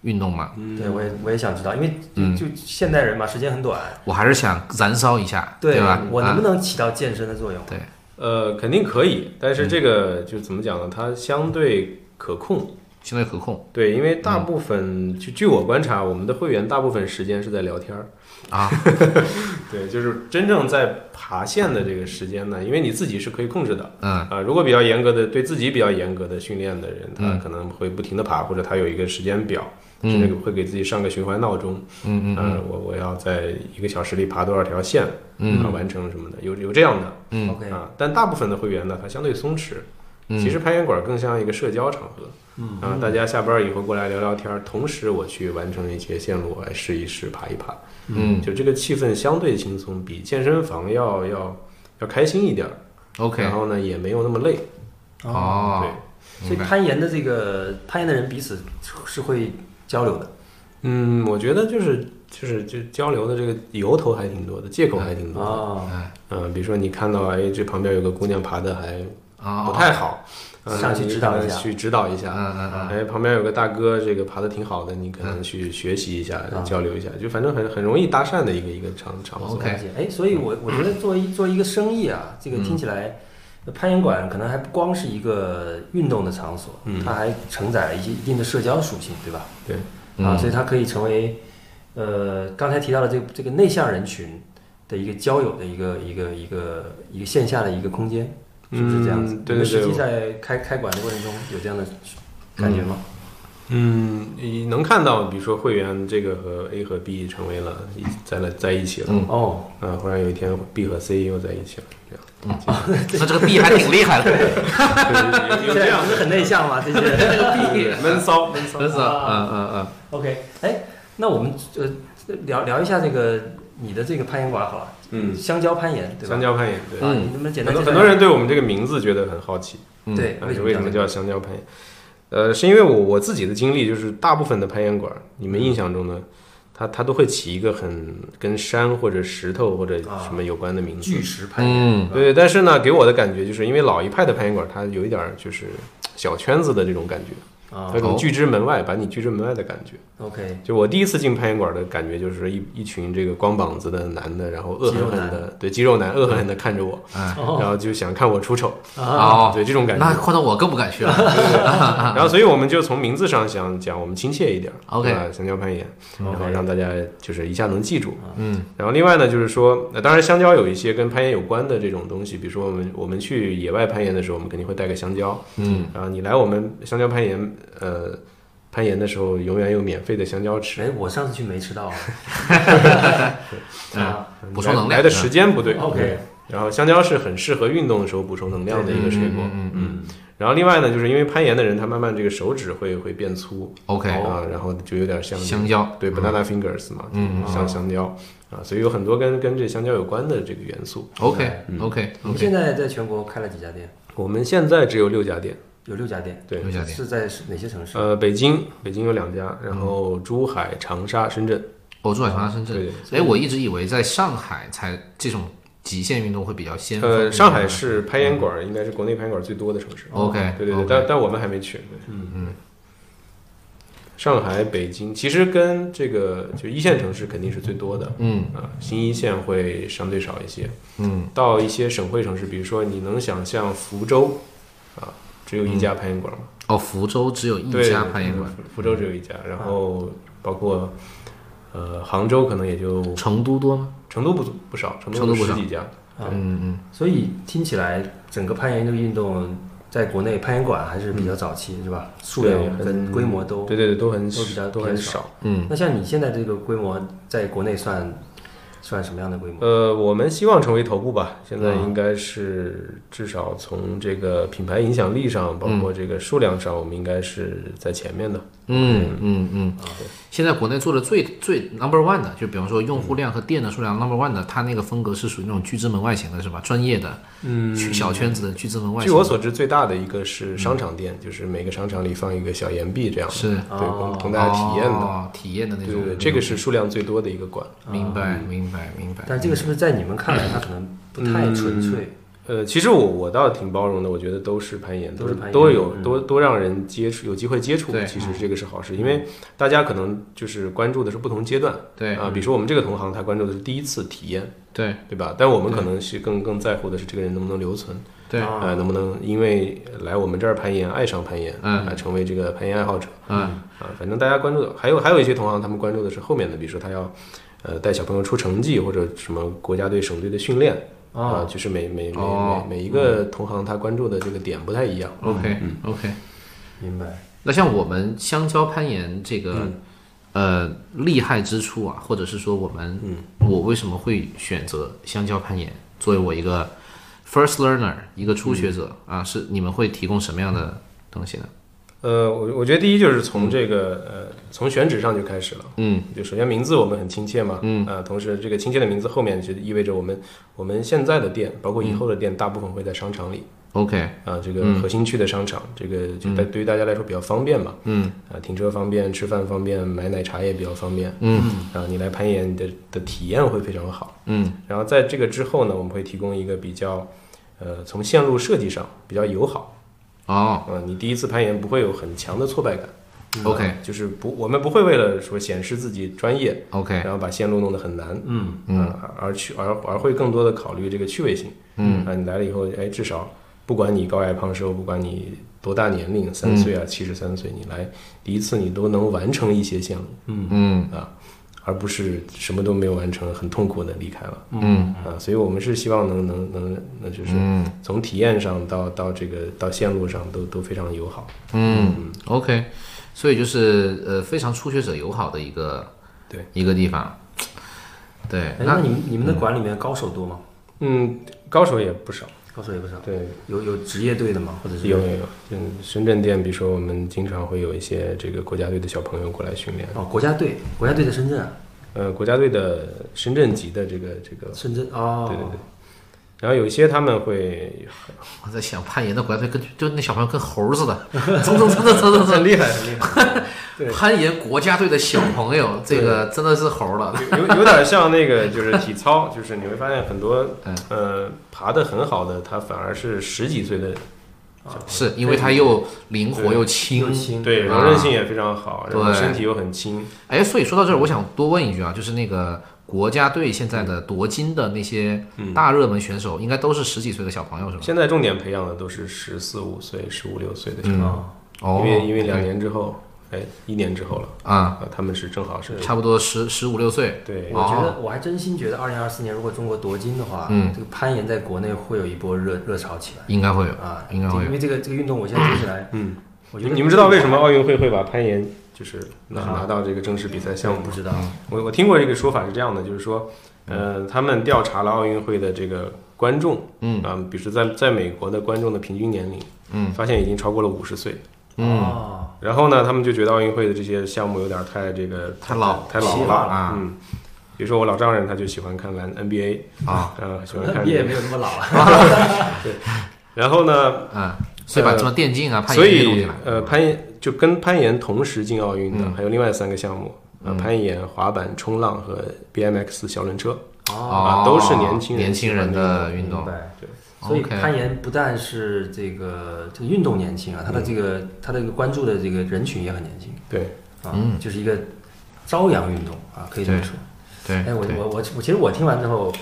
Speaker 2: 运动嘛？
Speaker 1: 对，我也我也想知道，因为就,、
Speaker 2: 嗯
Speaker 1: 就现代人嘛，时间很短，
Speaker 2: 我还是想燃烧一下，对吧？
Speaker 1: 我能不
Speaker 2: 啊
Speaker 1: 能起到健身的作用？
Speaker 2: 对，
Speaker 3: 呃，肯定可以，但是这个就怎么讲呢？它相对可控。
Speaker 2: 相对可控
Speaker 3: 对，因为大部分就据我观察，我们的会员大部分时间是在聊天儿。
Speaker 2: 啊？
Speaker 3: 对，就是真正在爬线的这个时间呢，因为你自己是可以控制的。
Speaker 2: 嗯
Speaker 3: 啊，如果比较嗯严格的对自己比较严格的训练的人，他可能会不停的爬，或者他有一个时间表，甚至会给自己上个循环闹钟，嗯嗯嗯，呃，我我要在一个小时里爬多少条线，嗯，完成什么的，有有这样的，
Speaker 1: 嗯，OK，
Speaker 3: 啊，但大部分的会员呢，它相对松弛。
Speaker 2: 嗯
Speaker 3: 其实攀岩馆更像一个社交场合，嗯啊，大家下班以后过来聊聊天儿，同时我去完成一些线路，我来试一试，爬一爬，
Speaker 2: 嗯
Speaker 3: 就这个气氛相对轻松，比健身房要要要开心一点儿。
Speaker 2: ，OK，
Speaker 3: 然后呢也没有那么累，
Speaker 2: 哦，
Speaker 3: 对，
Speaker 1: 所以
Speaker 2: 明白
Speaker 1: 攀岩的这个攀岩的人彼此是会交流的。
Speaker 3: 嗯，我觉得就是就是就交流的这个由头还挺多的，借口还挺多的，
Speaker 1: 哦，
Speaker 3: 嗯、比如说你看到哎这旁边有个姑娘爬的还
Speaker 2: 啊，
Speaker 3: 不太好，嗯
Speaker 1: 哦上去
Speaker 3: 你
Speaker 1: 指
Speaker 3: 可
Speaker 1: 导一
Speaker 3: 能
Speaker 1: 下
Speaker 3: 去指导一下，
Speaker 2: 嗯嗯嗯，
Speaker 3: 哎，旁边有个大哥，这个爬的挺好的，你可能去学习一下，
Speaker 1: 嗯
Speaker 3: 交流一下，就反正很很容易搭讪的一个一个场场所。
Speaker 2: OK 嗯
Speaker 1: 了解。哎，所以我我觉得作为一作为一个生意啊，这个听起来，攀岩馆可能还不光是一个运动的场所，
Speaker 3: 嗯
Speaker 1: 它还承载了一些一定的社交属性，对吧？
Speaker 3: 对，
Speaker 1: 啊，
Speaker 2: 嗯
Speaker 1: 所以它可以成为，呃，刚才提到的这个这个内向人群的一个交友的一个一个一个一个线下的一个空间，是不是这样子？你
Speaker 3: 嗯对
Speaker 1: 们
Speaker 3: 对对
Speaker 1: 实际在开开馆的过程中有这样的感觉吗？
Speaker 3: 嗯，你能看到，比如说会员这个和 A 和 B 成为了一在了在一起了，
Speaker 2: 嗯
Speaker 1: 哦，
Speaker 3: 啊，忽然有一天 B 和 C 又在一起了，这样
Speaker 2: 那这个 B 还挺厉害的，
Speaker 3: 对有
Speaker 1: 现
Speaker 3: 有这
Speaker 1: 在
Speaker 3: 样
Speaker 1: 不是很内向吗？这些 哦人
Speaker 2: 这个 B
Speaker 3: 闷骚闷骚
Speaker 2: 真是，嗯嗯嗯。
Speaker 1: 啊 OK，哎，那我们呃聊聊一下这个你的这个攀岩馆好了，
Speaker 3: 嗯，
Speaker 1: 香蕉攀岩对吧？
Speaker 3: 香蕉攀岩，对，
Speaker 1: 啊，
Speaker 2: 嗯
Speaker 1: 你能不能简
Speaker 3: 很
Speaker 1: 单介
Speaker 3: 多
Speaker 1: 绍
Speaker 3: 很多人对我们这个名字觉得很好奇，
Speaker 2: 嗯
Speaker 1: 对
Speaker 3: 啊
Speaker 1: 为什么
Speaker 3: 为什么叫香蕉攀岩？呃，是因为我我自己的经历，就是大部分的攀岩馆，你们印象中呢，它它都会起一个很跟山或者石头或者
Speaker 1: 啊
Speaker 3: 什么有关的名字。
Speaker 1: 巨石攀岩？
Speaker 2: 嗯
Speaker 3: 对，但是呢，给我的感觉就是因为老一派的攀岩馆，它有一点儿就是小圈子的这种感觉，
Speaker 1: 啊
Speaker 3: 它有种拒之门外，把你拒之门外的感觉。
Speaker 1: ，OK，
Speaker 3: 就我第一次进攀岩馆的感觉，就是一一群这个光膀子的男的，然后恶狠
Speaker 1: 肌肉
Speaker 3: 狠
Speaker 1: 哦
Speaker 3: 的，对肌肉男恶狠狠的看着我，
Speaker 2: 哎
Speaker 3: 然后就想看我出丑，
Speaker 1: 啊，
Speaker 2: 哦，
Speaker 3: 对这种感觉
Speaker 2: 那。换到我更不敢去 了。
Speaker 3: 然后，所以我们就从名字上想讲，我们亲切一点
Speaker 2: 啊 OK
Speaker 3: 对吧香蕉攀岩，
Speaker 1: 嗯
Speaker 3: 然后
Speaker 1: OK
Speaker 3: 让大家就是一下能记住。
Speaker 2: 嗯
Speaker 3: 然后另外呢，就是说，呃当然香蕉有一些跟攀岩有关的这种东西，比如说我们我们去野外攀岩的时候，我们肯定会带个香蕉。
Speaker 2: 嗯，
Speaker 3: 然后你来我们香蕉攀岩，呃，攀岩的时候永远有免费的香蕉吃。
Speaker 1: 哎，我上次去没吃到啊，啊
Speaker 3: 嗯
Speaker 2: 补充能量
Speaker 3: 来来的时间不对。
Speaker 1: ，OK，
Speaker 3: 然后香蕉是很适合运动的时候补充能量的一个水果。
Speaker 2: 嗯
Speaker 1: 嗯
Speaker 3: 然后另外呢，就是因为攀岩的人，他慢慢这个手指会会变粗
Speaker 2: ，OK，
Speaker 3: 啊，然后就有点像
Speaker 2: 香蕉，
Speaker 3: 对 banana fingers 嘛，
Speaker 2: 嗯
Speaker 3: 就是像香蕉啊，所以有很多跟跟这香蕉有关的这个元素。
Speaker 2: ，OK
Speaker 3: 嗯
Speaker 2: OK
Speaker 1: 你们
Speaker 2: OK，
Speaker 1: 现在在全国开了几家店？
Speaker 3: 我们现在只有六家店，
Speaker 1: 有六家店，
Speaker 3: 对
Speaker 2: 有，家店
Speaker 1: 是在哪些城市？
Speaker 3: 呃，北京北京有两家，然后珠海、长沙、深圳，
Speaker 2: 我住在长沙深圳。
Speaker 3: 对，
Speaker 2: 哎，我一直以为在上海才这种极限运动会比较先锋。
Speaker 3: 呃，上海是攀岩馆儿应该是国内攀岩馆儿最多的城市，
Speaker 2: 嗯 OK，
Speaker 3: 对对对，但但我们还没去，嗯嗯。上海、北京其实跟这个就一线城市肯定是最多的，
Speaker 2: 嗯
Speaker 3: 啊，新一线会相对少一些。
Speaker 2: 嗯
Speaker 3: 到一些省会城市，比如说你能想象福州啊，只有一家攀岩馆吗？
Speaker 2: 哦，福州只有一
Speaker 3: 对，嗯
Speaker 2: 家攀岩馆，
Speaker 3: 福福州只有一家，然后包括呃杭州可能也就
Speaker 2: 成都多吗？
Speaker 3: 成都不足不少，成
Speaker 2: 成都
Speaker 3: 都有
Speaker 2: 不
Speaker 3: 十
Speaker 2: 少
Speaker 3: 几家。
Speaker 2: 嗯嗯，
Speaker 1: 所以听起来整个攀岩这个运动，在国内攀岩馆还是比
Speaker 2: 嗯
Speaker 1: 较早期，是吧？数量
Speaker 3: 对
Speaker 1: 跟
Speaker 3: 很
Speaker 1: 规模都
Speaker 3: 对对对，都很
Speaker 1: 都比较
Speaker 3: 都很
Speaker 1: 偏少
Speaker 3: 少。
Speaker 2: 嗯
Speaker 1: 那像你现在这个规模，在国内算算什么样的规模？
Speaker 3: 呃，我们希望成为头部吧。现在
Speaker 1: 啊
Speaker 3: 应该是至少从这个品牌影响力上，包括这个数量上，我们应该是在前面的。
Speaker 2: 嗯嗯嗯，
Speaker 3: 啊
Speaker 2: 现在国内做的最最 number one 的，就比方说用户量和店的数量 number one 的，它那个风格是属于那种拒之门外型的，是吧？专业的，
Speaker 3: 嗯
Speaker 2: 小圈子的拒之门外
Speaker 3: 据
Speaker 2: 型
Speaker 3: 我
Speaker 2: 的。
Speaker 3: 所知，最大的一个是商场店，就是每个商场里放一个小岩壁这样的，哦
Speaker 2: 是
Speaker 3: 对，供供
Speaker 2: 供
Speaker 3: 大家体验的。
Speaker 2: 的，啊哦体验的那
Speaker 3: 对
Speaker 2: 种
Speaker 3: 对。对，这个是嗯数量最多的一个馆。
Speaker 2: 明白明白明白。嗯
Speaker 1: 但这个是不是在你们看来，它可能不太纯粹？
Speaker 3: 呃，其实我我倒挺包容的，我觉得都是攀岩，
Speaker 1: 都是攀岩
Speaker 3: 都有
Speaker 1: 嗯
Speaker 3: 都都让人接触，有机会接触
Speaker 2: 对，
Speaker 3: 其实这个是好事，因为大家可能就是关注的是不同阶段
Speaker 2: 对
Speaker 3: 啊，比如说我们这个同行，他关注的是第一次体验，
Speaker 2: 对
Speaker 3: 对吧？但我们可能是更更在乎的是这个人能不能留存，
Speaker 2: 对，
Speaker 1: 啊
Speaker 3: 呃，能不能因为来我们这儿攀岩爱上攀岩，
Speaker 2: 嗯
Speaker 3: 啊，成为这个攀岩爱好者。
Speaker 2: 嗯
Speaker 3: 啊，反正大家关注的还有还有一些同行，他们关注的是后面的，比如说他要呃带小朋友出成绩或者什么国家队、省队的训练啊、
Speaker 1: 啊，
Speaker 3: 就是每每每
Speaker 2: 哦
Speaker 3: 每每一个同行他关注的这个点不太一样。
Speaker 2: ，OK OK。
Speaker 1: 明白。
Speaker 3: 嗯
Speaker 2: 那像我们香蕉攀岩这个，呃厉害之处啊，或者是说我们，
Speaker 3: 嗯
Speaker 2: 我为什么会选择香蕉攀岩作为我一个 first learner 一个
Speaker 3: 嗯
Speaker 2: 初学者、啊？是你们会提供什么样的东西呢？
Speaker 3: 呃，我我觉得第一就是从这个、呃从选址上就开始了，
Speaker 2: 嗯，
Speaker 3: 就首先名字我们很亲切嘛，嗯，呃，同时这个亲切的名字后面就意味着我们我们现在的店，包括以后的店，大部分会在商场里，
Speaker 2: OK，
Speaker 3: 啊，这
Speaker 2: 嗯
Speaker 3: 个核心区的商场，这个就对对于大家来说比较方便嘛，
Speaker 2: 嗯，
Speaker 3: 啊，停车方便，吃饭方便，买奶茶也比较方便，
Speaker 2: 嗯
Speaker 3: 啊，你来攀岩你的的体验会非常好。
Speaker 2: 嗯，
Speaker 3: 然后在这个之后呢，我们会提供一个比较，呃，从线路设计上比较友好，
Speaker 2: 哦
Speaker 3: 啊，你第一次攀岩不会有很强的挫败感。
Speaker 2: ，OK
Speaker 3: 啊就是不，我们不会为了说显示自己专业，
Speaker 2: OK，
Speaker 3: 然后把线路弄得很难，
Speaker 1: 嗯
Speaker 3: 嗯，而去而而会更多的考虑这个趣味性，嗯，啊，你来了以后，哎，至少不管你高矮胖瘦，不管你多大年龄，三岁啊，七十三岁，你来第一次你都能完成一些项目，啊
Speaker 2: 嗯
Speaker 3: 而不是什么都没有完成，很痛苦的离开了，
Speaker 2: 嗯
Speaker 3: 啊，所以我们是希望能能能，那就是
Speaker 2: 嗯
Speaker 3: 从体验上到到这个到线路上都都非常友好，
Speaker 2: 嗯，OK，所以就是呃非常初学者友好的一个
Speaker 3: 对
Speaker 2: 一个地方，对
Speaker 1: 哎，，那
Speaker 2: 那嗯
Speaker 1: 你们你们的馆里面高手多吗？
Speaker 3: 嗯，高手也不少，
Speaker 1: 高手也不少，
Speaker 3: 对，
Speaker 1: 有有职业队的吗？或者是
Speaker 3: 有有有，嗯，深圳店，比如说我们经常会有一些这个国家队的小朋友过来训练，
Speaker 1: 哦，国家队，国家队在深圳啊，
Speaker 3: 呃，国家队的深圳籍的这个这个，
Speaker 1: 深圳哦，
Speaker 3: 对对对，然后有一些他们会
Speaker 2: 我在想攀岩的国家队跟就那小朋友跟猴儿似的，蹭蹭蹭蹭蹭蹭蹭，厉害厉 害。攀岩国家队的小朋友，这个真的是猴儿了。
Speaker 3: 有有有点像那个就是体操， 就是你会发现很多呃爬得很好的，他反而是十几岁的，
Speaker 2: 是因为他又灵活又轻
Speaker 1: 又，轻
Speaker 2: 啊
Speaker 3: 对，柔韧性也非常好，然后
Speaker 2: 对
Speaker 3: 身体又很轻，
Speaker 2: 哎，所以说到这儿，我想多问一句啊，就是那个国家队现在的夺金的那些大热门选手，应该都是十几岁的小朋友是吧？
Speaker 3: 现在重点培养的都是十四五岁、十五六岁的小朋友，
Speaker 1: 哦，
Speaker 2: 哦，
Speaker 3: 因为因为两年之后，哎，一年之后了，
Speaker 2: 啊，
Speaker 3: 啊，他们是正好是
Speaker 2: 差不多十十五六岁，
Speaker 3: 对
Speaker 1: 我觉得我还真心觉得，二零二四年如果中国夺金的话，
Speaker 2: 嗯
Speaker 1: 这个攀岩在国内会有一波热热潮起来
Speaker 2: 应该会有，
Speaker 1: 啊，
Speaker 2: 应该会
Speaker 1: 因为这个这个运动，我现在听起来，
Speaker 3: 嗯，
Speaker 1: 我
Speaker 3: 你
Speaker 1: 觉得
Speaker 3: 你们知道为什么奥运会会把攀岩就是拿
Speaker 1: 啊
Speaker 3: 拿到这个正式比赛项
Speaker 1: 我
Speaker 3: 目
Speaker 1: 不
Speaker 3: 吗？
Speaker 1: 知道，
Speaker 3: 我我听过一个说法是这样的，就是说，呃，他们调查了奥运会的这个观众，
Speaker 2: 嗯
Speaker 3: 啊，比如说在在美国的观众的平均年龄，
Speaker 2: 嗯，
Speaker 3: 发现已经超过了五十岁。
Speaker 2: 嗯，
Speaker 1: 哦，
Speaker 3: 然后呢，他们就觉得奥运会的这些项目有点太这个
Speaker 2: 太老
Speaker 3: 太
Speaker 1: 西
Speaker 3: 老
Speaker 1: 化
Speaker 3: 了
Speaker 1: 了
Speaker 2: 啊
Speaker 3: 嗯，比如说我老丈人他就喜欢看篮 NBA
Speaker 2: 啊，
Speaker 3: 呃，喜欢
Speaker 1: 那
Speaker 3: 看
Speaker 1: 毕业
Speaker 3: 这
Speaker 1: 没
Speaker 3: 个。
Speaker 1: 有那么老了，啊
Speaker 3: 然后呢，
Speaker 2: 嗯，所以把什么电竞啊、攀
Speaker 3: 所
Speaker 2: 岩这些东西
Speaker 3: 以
Speaker 2: 来，嗯
Speaker 3: 呃，攀岩就跟攀岩同时进奥运的、还有另外三个项目，呃，攀岩、滑板、冲浪和 BMX 小轮车。
Speaker 1: 哦，
Speaker 2: 哦，
Speaker 3: 都是年轻人
Speaker 2: 年轻人的 运动
Speaker 1: 明，白。
Speaker 3: 对，
Speaker 1: 所以
Speaker 2: OK
Speaker 1: 攀岩不但是这个这个运动年
Speaker 2: 嗯
Speaker 1: 轻啊，它的这个它的这个关注的这个人群也很年轻
Speaker 3: 对，
Speaker 1: 啊，就是一个朝阳运动啊，可以这么
Speaker 2: 嗯对
Speaker 1: 说。
Speaker 2: 对，
Speaker 1: 哎，我
Speaker 2: 对
Speaker 1: 我我我其实我听完之后，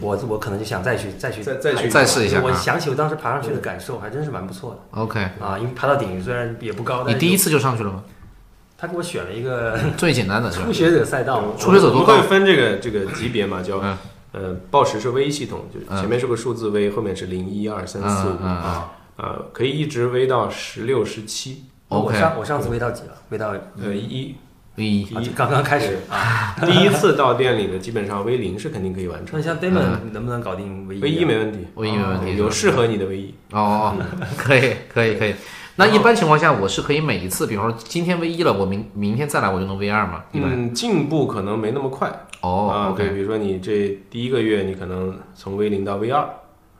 Speaker 1: 我我可能就想再去再去
Speaker 3: 嗯再再去
Speaker 2: 再试一下啊
Speaker 1: 我想起我当时爬上去的感受，还真是蛮不错的
Speaker 2: ，OK，
Speaker 1: 啊，因为爬到顶虽然也不高，但
Speaker 2: 你
Speaker 1: 是
Speaker 2: 第一
Speaker 1: 就
Speaker 2: 次就上去了吗？
Speaker 1: 他给我选了一个
Speaker 2: 最简单的是吧
Speaker 1: 初学者赛道，
Speaker 2: 初学者
Speaker 3: 我
Speaker 2: 多
Speaker 3: 们
Speaker 2: 高
Speaker 3: 会分这个这个级别嘛，叫、
Speaker 2: 嗯
Speaker 3: 呃，报时是 V 系统，就是
Speaker 2: 嗯
Speaker 3: 前面是个数字 V，、后面是零一二三四
Speaker 2: 嗯
Speaker 3: 五
Speaker 2: 嗯嗯
Speaker 1: 啊，
Speaker 3: 啊，可以一直 V 到十六十七，
Speaker 1: 那我
Speaker 2: OK
Speaker 1: 上我上次喂到几了？喂到
Speaker 2: 嗯
Speaker 3: 呃一。
Speaker 2: 一
Speaker 1: 啊就刚刚开始啊。
Speaker 3: 第一次到店里的基本上 V 零是肯定可以完
Speaker 1: 那
Speaker 3: 成
Speaker 1: 像 Damon
Speaker 2: 嗯
Speaker 1: 能不能搞定唯一啊？
Speaker 3: ，V 一没问题，
Speaker 2: 我以为没问题，
Speaker 3: 哦有适合你的 V 一。
Speaker 2: 哦哦，哦可以可以可以。那一般情况下，我是可以每一次，比方说今天 V 一了，我明明天再来我就能 V 二嘛，一般。
Speaker 3: 嗯，进步可能没那么快，
Speaker 2: 哦
Speaker 3: 啊，对，
Speaker 2: ，OK，
Speaker 3: 比如说你这第一个月你可能从 V 零到 V 二，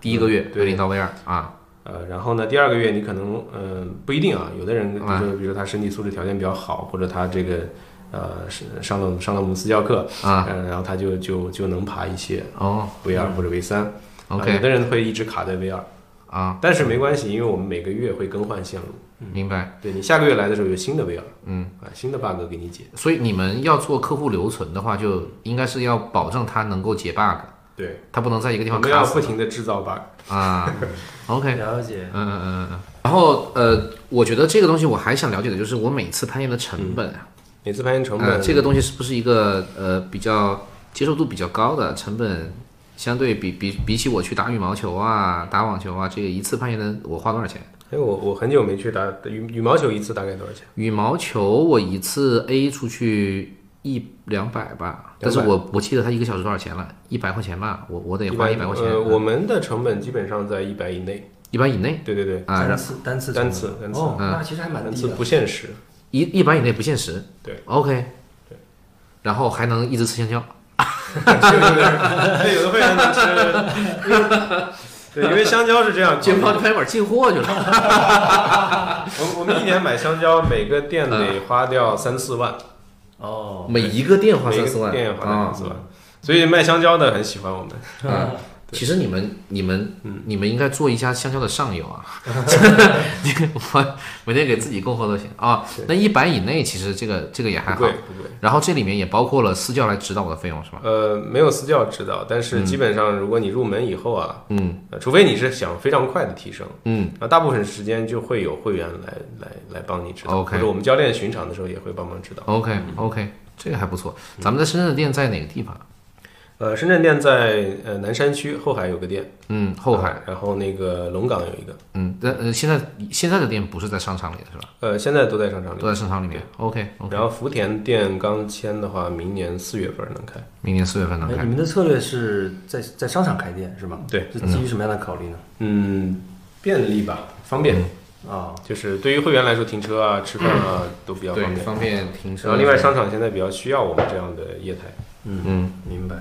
Speaker 2: 第一个月
Speaker 3: 对
Speaker 2: V 零到 V 二啊，
Speaker 3: 呃，然后呢，第二个月你可能呃不一定啊，有的人
Speaker 2: 嗯
Speaker 3: 就是比如他身体素质条件比较好，或者他这个呃是上了上了我们私教课，
Speaker 2: 啊，
Speaker 3: 嗯，然后他就就就能爬一些
Speaker 2: 哦
Speaker 3: V 二或者 V 三啊有
Speaker 2: ，OK，
Speaker 3: 的人会一直卡在 V 二，
Speaker 2: 啊，
Speaker 3: 但是没关系，因为我们每个月会更换线路，
Speaker 2: 明白。
Speaker 3: 对你下个月来的时候有新的 V 二，嗯，啊，新的 bug 给你解，
Speaker 2: 所以你们要做客户留存的话，就应该是要保证它能够解 bug，
Speaker 3: 对，
Speaker 2: 它不能在一个地
Speaker 3: 我
Speaker 2: 方
Speaker 3: 们要
Speaker 2: 卡死
Speaker 3: 不停的制造 bug，
Speaker 2: 啊。OK，
Speaker 1: 了解
Speaker 2: 嗯嗯嗯嗯。然后呃，我觉得这个东西我还想了解的就是我每次攀岩的成本啊，
Speaker 3: 每次攀岩成
Speaker 2: 呃
Speaker 3: 本
Speaker 2: 这个东西是不是一个呃比较接受度比较高的成本？相对比比比起我去打羽毛球啊、打网球啊，这个一次攀岩的我花多少钱？
Speaker 3: 哎，我我很久没去打羽羽毛球，一次大概多少钱？
Speaker 2: 羽毛球我一次 A 出去一两百吧，但是我我记得它一个小时多少钱了，一百块钱吧，我我得花一百块钱，嗯
Speaker 3: 呃，我们的成本基本上在一百以内。
Speaker 2: 一百以内
Speaker 3: 对对对，
Speaker 2: 啊，
Speaker 1: 单
Speaker 2: 让
Speaker 1: 次单次
Speaker 3: 单
Speaker 1: 成
Speaker 3: 次
Speaker 1: 本
Speaker 3: 单次
Speaker 1: 哦，
Speaker 2: 嗯
Speaker 1: 那其实还蛮
Speaker 3: 单
Speaker 1: 低
Speaker 3: 次
Speaker 1: 的。
Speaker 3: 不限时。
Speaker 2: 一一百以内不限时，
Speaker 3: 对
Speaker 2: ，OK，然后还能一直吃香蕉，
Speaker 3: 对， 有的会员能吃。对，因为香蕉是这样，
Speaker 2: 煎包就拍板进货去了，
Speaker 3: 我我们一年买香蕉，每个
Speaker 2: 嗯
Speaker 3: 店得花掉三四万，
Speaker 1: 哦，
Speaker 2: 每一个店花
Speaker 3: 每
Speaker 2: 三四
Speaker 3: 个
Speaker 2: 万，
Speaker 3: 店也花掉
Speaker 2: 啊
Speaker 3: 三四嗯万，所以卖香蕉的很喜欢我们。
Speaker 2: 啊。其实你们、你们、
Speaker 3: 嗯
Speaker 2: 你们应该做一下香蕉的上游 啊！ 我每天给自己供货都行啊。那一百以内，其实这个这个也还
Speaker 3: 不
Speaker 2: 好
Speaker 3: 贵。不贵，
Speaker 2: 然后这里面也包括了私教来指导我的费用，是吧？
Speaker 3: 呃，没有私教指导，但是基本上如果你入门以后啊，
Speaker 2: 嗯
Speaker 3: 呃，除非你是想非常快的提升，
Speaker 2: 嗯，
Speaker 3: 那大部分时间就会有会员来来来帮你指导，
Speaker 2: OK
Speaker 3: 或者我们教练巡场的时候也会帮忙指导。
Speaker 2: OK OK，这
Speaker 3: 嗯
Speaker 2: 个还不错。咱们在深圳的店在哪个地方？
Speaker 3: 呃，深圳店在呃南山区后海有个店，
Speaker 2: 嗯，后海。
Speaker 3: 然后那个龙岗有一个，
Speaker 2: 嗯，但呃，现在现在的店不是在商场里的是吧？
Speaker 3: 呃，现在都在商场里
Speaker 2: 都。在商场里面。OK OK，
Speaker 3: 然后福田店刚签的话，明年四月份能开。
Speaker 2: 明年四月份能
Speaker 1: 哎
Speaker 2: 开
Speaker 1: 你。们的策略是在在商场开店是吗？
Speaker 3: 对，
Speaker 1: 是基于什么样的考虑呢？
Speaker 3: 嗯，便利吧，方
Speaker 2: 嗯
Speaker 3: 便，
Speaker 1: 啊，
Speaker 3: 就是对于会员来说，停车啊、吃饭啊都比较方
Speaker 2: 对，
Speaker 3: 便。
Speaker 2: 方便停车。
Speaker 3: 然后另外，商场现在比较需要我们这样的业态。
Speaker 1: 明白。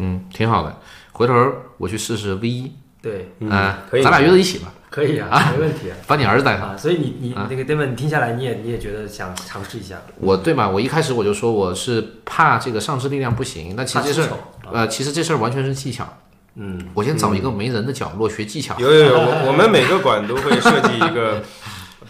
Speaker 2: 嗯，挺好的。回头我去试试 V 一，
Speaker 1: 对，
Speaker 3: 嗯
Speaker 2: 啊
Speaker 3: 可以
Speaker 2: 咱俩约到一起吧，
Speaker 1: 可以啊，没问题啊。
Speaker 2: 把你儿子带上。
Speaker 1: 啊，所以你你那个 David，你听下来，你也你也觉得想尝试一下，
Speaker 2: 我对嘛？我一开始我就说我是怕这个上肢力量不行，但其
Speaker 1: 怕啊
Speaker 2: 实这
Speaker 1: 出
Speaker 2: 事儿
Speaker 1: 丑，，
Speaker 2: 呃，其实这事儿完全是技巧。
Speaker 1: 嗯，
Speaker 2: 我先找一个没人的角落学技巧，
Speaker 3: 有有有，我我们每个馆都会设计一个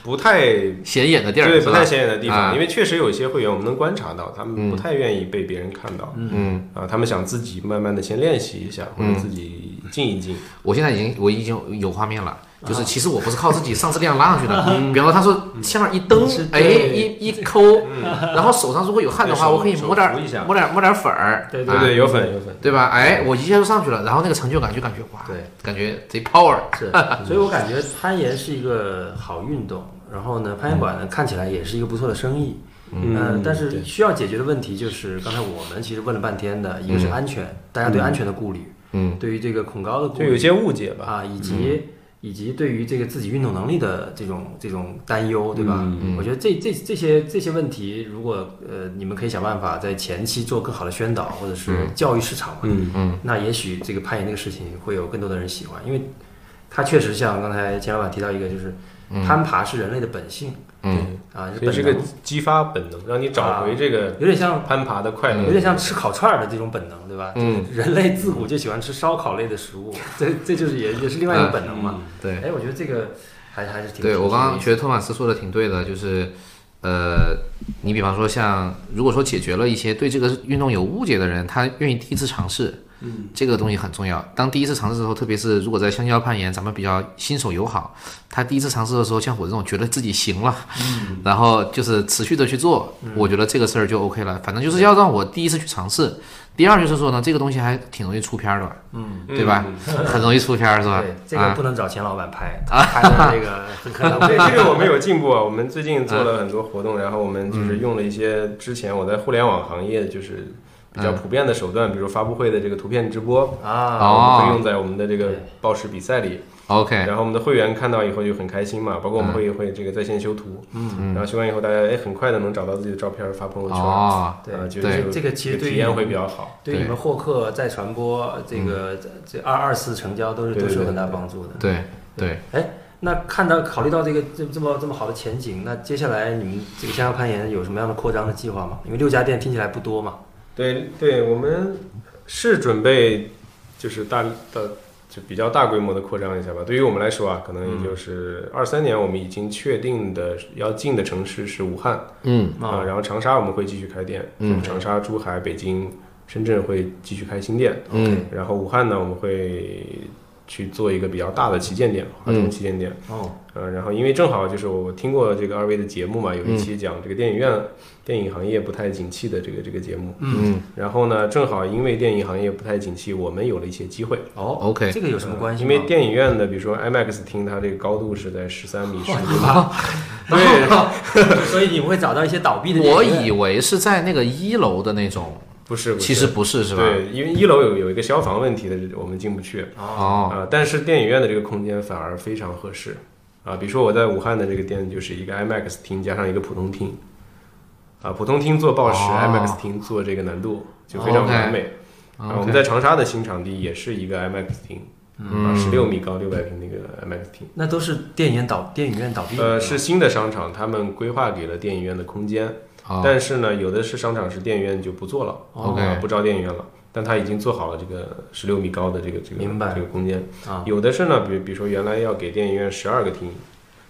Speaker 3: 不太
Speaker 2: 显眼的 地儿，
Speaker 3: 对
Speaker 2: 是
Speaker 3: 不
Speaker 2: 吧
Speaker 3: 太显眼的地
Speaker 2: 啊
Speaker 3: 方，因为确实有些会员我们能观察到，他们不太愿意被别人看到。
Speaker 2: 嗯，
Speaker 3: 啊，他们想自己慢慢的先练习一下，或者自己静一静。
Speaker 2: 我现在已经我已经有画面了，
Speaker 3: 啊
Speaker 2: 就是其实我不是靠自己上肢力量拉上去
Speaker 3: 嗯
Speaker 2: 的， 比方说他说下面一蹬
Speaker 1: 是，
Speaker 2: 哎，
Speaker 1: 对
Speaker 2: 一一抠，然后手上如果有汗的话，
Speaker 3: 嗯对手
Speaker 2: 我可以抹点儿
Speaker 3: 手扶一下
Speaker 2: 抹点儿抹点儿粉儿，
Speaker 1: 对
Speaker 3: 对
Speaker 2: 啊
Speaker 3: 对，有粉有粉。
Speaker 2: 对吧？哎，我一下就上去了，然后那个成就感就感觉哇，
Speaker 1: 对，
Speaker 2: 感觉贼 power，
Speaker 1: 是， 所以我感觉攀岩是一个好运动，然后呢，攀岩馆呢看起来也是一个不错的生意，
Speaker 3: 嗯
Speaker 1: 呃但是
Speaker 3: 对
Speaker 1: 需要解决的问题就是刚才我们其实问了半天的，一个是安全，大家对安全的顾虑，
Speaker 2: 嗯，
Speaker 1: 对于这个恐高的顾
Speaker 3: 就有
Speaker 1: 虑
Speaker 3: 些误解吧。嗯
Speaker 1: 啊，以及以及对于这个自己运动能力的这种这种担忧，对吧？
Speaker 3: 嗯
Speaker 1: 我觉得这这这些这些问题，如果呃你们可以想办法在前期做更好的宣导或者是教育市场嘛，
Speaker 3: 嗯
Speaker 1: 那也许这个攀岩这个事情会有更多的人喜欢，因为它确实像刚才钱老板提到一个，就是攀爬是人类的本性，
Speaker 2: 嗯
Speaker 1: 啊，是
Speaker 3: 嗯所
Speaker 1: 本
Speaker 3: 以这
Speaker 1: 能，
Speaker 3: 个激发本能，让你找回这个
Speaker 1: 有点像
Speaker 3: 攀爬的快乐。
Speaker 1: 啊有点像吃烤串儿的这种本能，对吧？
Speaker 2: 嗯，
Speaker 1: 人类自古就喜欢吃烧烤类的食物，这这就是也也是另外一个本能嘛。
Speaker 2: 对。
Speaker 1: 哎，我觉得这个还还是挺
Speaker 2: 对我刚刚
Speaker 1: 挺
Speaker 2: 觉得托马斯说的挺对的，就是，呃，你比方说像，如果说解决了一些对这个运动有误解的人，他愿意第一次尝试，嗯，这个东西很重要。当第一次尝试的时候，特别是如果在香蕉攀岩，咱们比较新手友好，他第一次尝试的时候，像我这种觉得自己行了，嗯、然后就是持续的去做，
Speaker 1: 嗯
Speaker 2: 我觉得这个事儿就 OK 了。反正就是要让我第一次去尝试。第二就是说呢，这个东西还挺容易出片儿的，嗯，对吧？很容易出片儿是吧？
Speaker 1: 对，这
Speaker 2: 啊
Speaker 1: 个不能找钱老板 拍，他拍的这个很可能
Speaker 3: 对，
Speaker 1: 会
Speaker 3: 这个我们有进步啊。我们最近
Speaker 2: 嗯
Speaker 3: 做了很多活动，然后我们就是用了一些之前我在互联网行业就是比
Speaker 2: 嗯
Speaker 3: 较普遍的手段，比如发布会的这个图片直播，
Speaker 1: 啊，
Speaker 2: 哦
Speaker 3: 我们会用在我们的这个
Speaker 1: 对
Speaker 3: 报时比赛里。
Speaker 2: OK，
Speaker 3: 然后我们的会员看到以后就很开心嘛，包括我
Speaker 2: 嗯
Speaker 3: 们会会这个在线修图，嗯，然后修完以后大家哎很快的能找到自己的照片发朋友圈，啊，
Speaker 2: 哦，
Speaker 1: 对
Speaker 3: 就
Speaker 2: 对
Speaker 3: 就
Speaker 1: 这个其实对于
Speaker 3: 体验会比较好。
Speaker 1: 对你们获客、再传播，这个
Speaker 2: 嗯
Speaker 1: 这二二次成交都是
Speaker 3: 对对
Speaker 1: 都是有
Speaker 3: 对
Speaker 1: 很大帮助的。
Speaker 2: 对对，
Speaker 1: 哎，那看到考虑到这个这这么这么好的前景，那接下来你们这个香蕉攀岩有什么样的扩张的计划吗？因为六家店听起来不多嘛。
Speaker 3: 对对，我们是准备就是大大就比较大规模的扩张一下吧。对于我们来说啊，可
Speaker 2: 嗯
Speaker 3: 能也就是二三年我们已经确定的要进的城市是武汉啊、
Speaker 2: 嗯
Speaker 1: 啊，
Speaker 3: 然后长沙我们会继续开店，
Speaker 2: 嗯
Speaker 3: 长沙、珠海、北京、深圳会继续开新店，
Speaker 2: 嗯
Speaker 3: 然后武汉呢我们会去做一个比较大的旗舰店，华
Speaker 2: 嗯
Speaker 3: 中旗舰店。
Speaker 1: 哦，
Speaker 3: 呃，然后因为正好就是我听过这个二位的节目嘛，有一期讲这个电影院、电影行业不太景气的这个这个节目，
Speaker 2: 嗯
Speaker 3: 然后呢，正好因为电影行业不太景气，我们有了一些机会。
Speaker 1: 哦
Speaker 2: ，OK，
Speaker 1: 这个有什么关系
Speaker 3: 因
Speaker 1: 吗？
Speaker 3: 为电影院的，比如说 IMAX 厅，它这个高度是在十三米、十
Speaker 1: 哇
Speaker 3: 米，
Speaker 1: 你把然后 所以你会找到一些倒闭的店。
Speaker 2: 我以为是在那个一楼的那种，
Speaker 3: 不是，不是
Speaker 2: 其实不是，是吧？
Speaker 3: 对，因为一楼有有一个消防问题的，我们进不去。
Speaker 2: 哦，
Speaker 3: 啊，但是电影院的这个空间反而非常合适啊。比如说我在武汉的这个店就是一个 IMAX 厅加上一个普通厅，啊，普通厅做报时、
Speaker 2: 哦
Speaker 3: i m a x 厅做这个难度就非常完美。啊，我们
Speaker 2: OK 嗯
Speaker 3: 在长沙的新场地也是一个 IMAX 厅，啊，十六米高六百平那个 IMAX 厅。
Speaker 1: 那都是电影院倒电影院
Speaker 2: 嗯
Speaker 1: 倒闭的。
Speaker 3: 呃，是新的商场，他们规划给了电影院的空间，
Speaker 2: 哦
Speaker 3: 但是呢，有的是商场是电影院就不做了、
Speaker 1: 哦
Speaker 2: OK
Speaker 3: 啊不招电影院了，但他已经做好了这个十六米高的这个这个
Speaker 1: 明白
Speaker 3: 这个空间。
Speaker 1: 啊，
Speaker 3: 有的是呢，比比如说原来要给电影院十二个厅，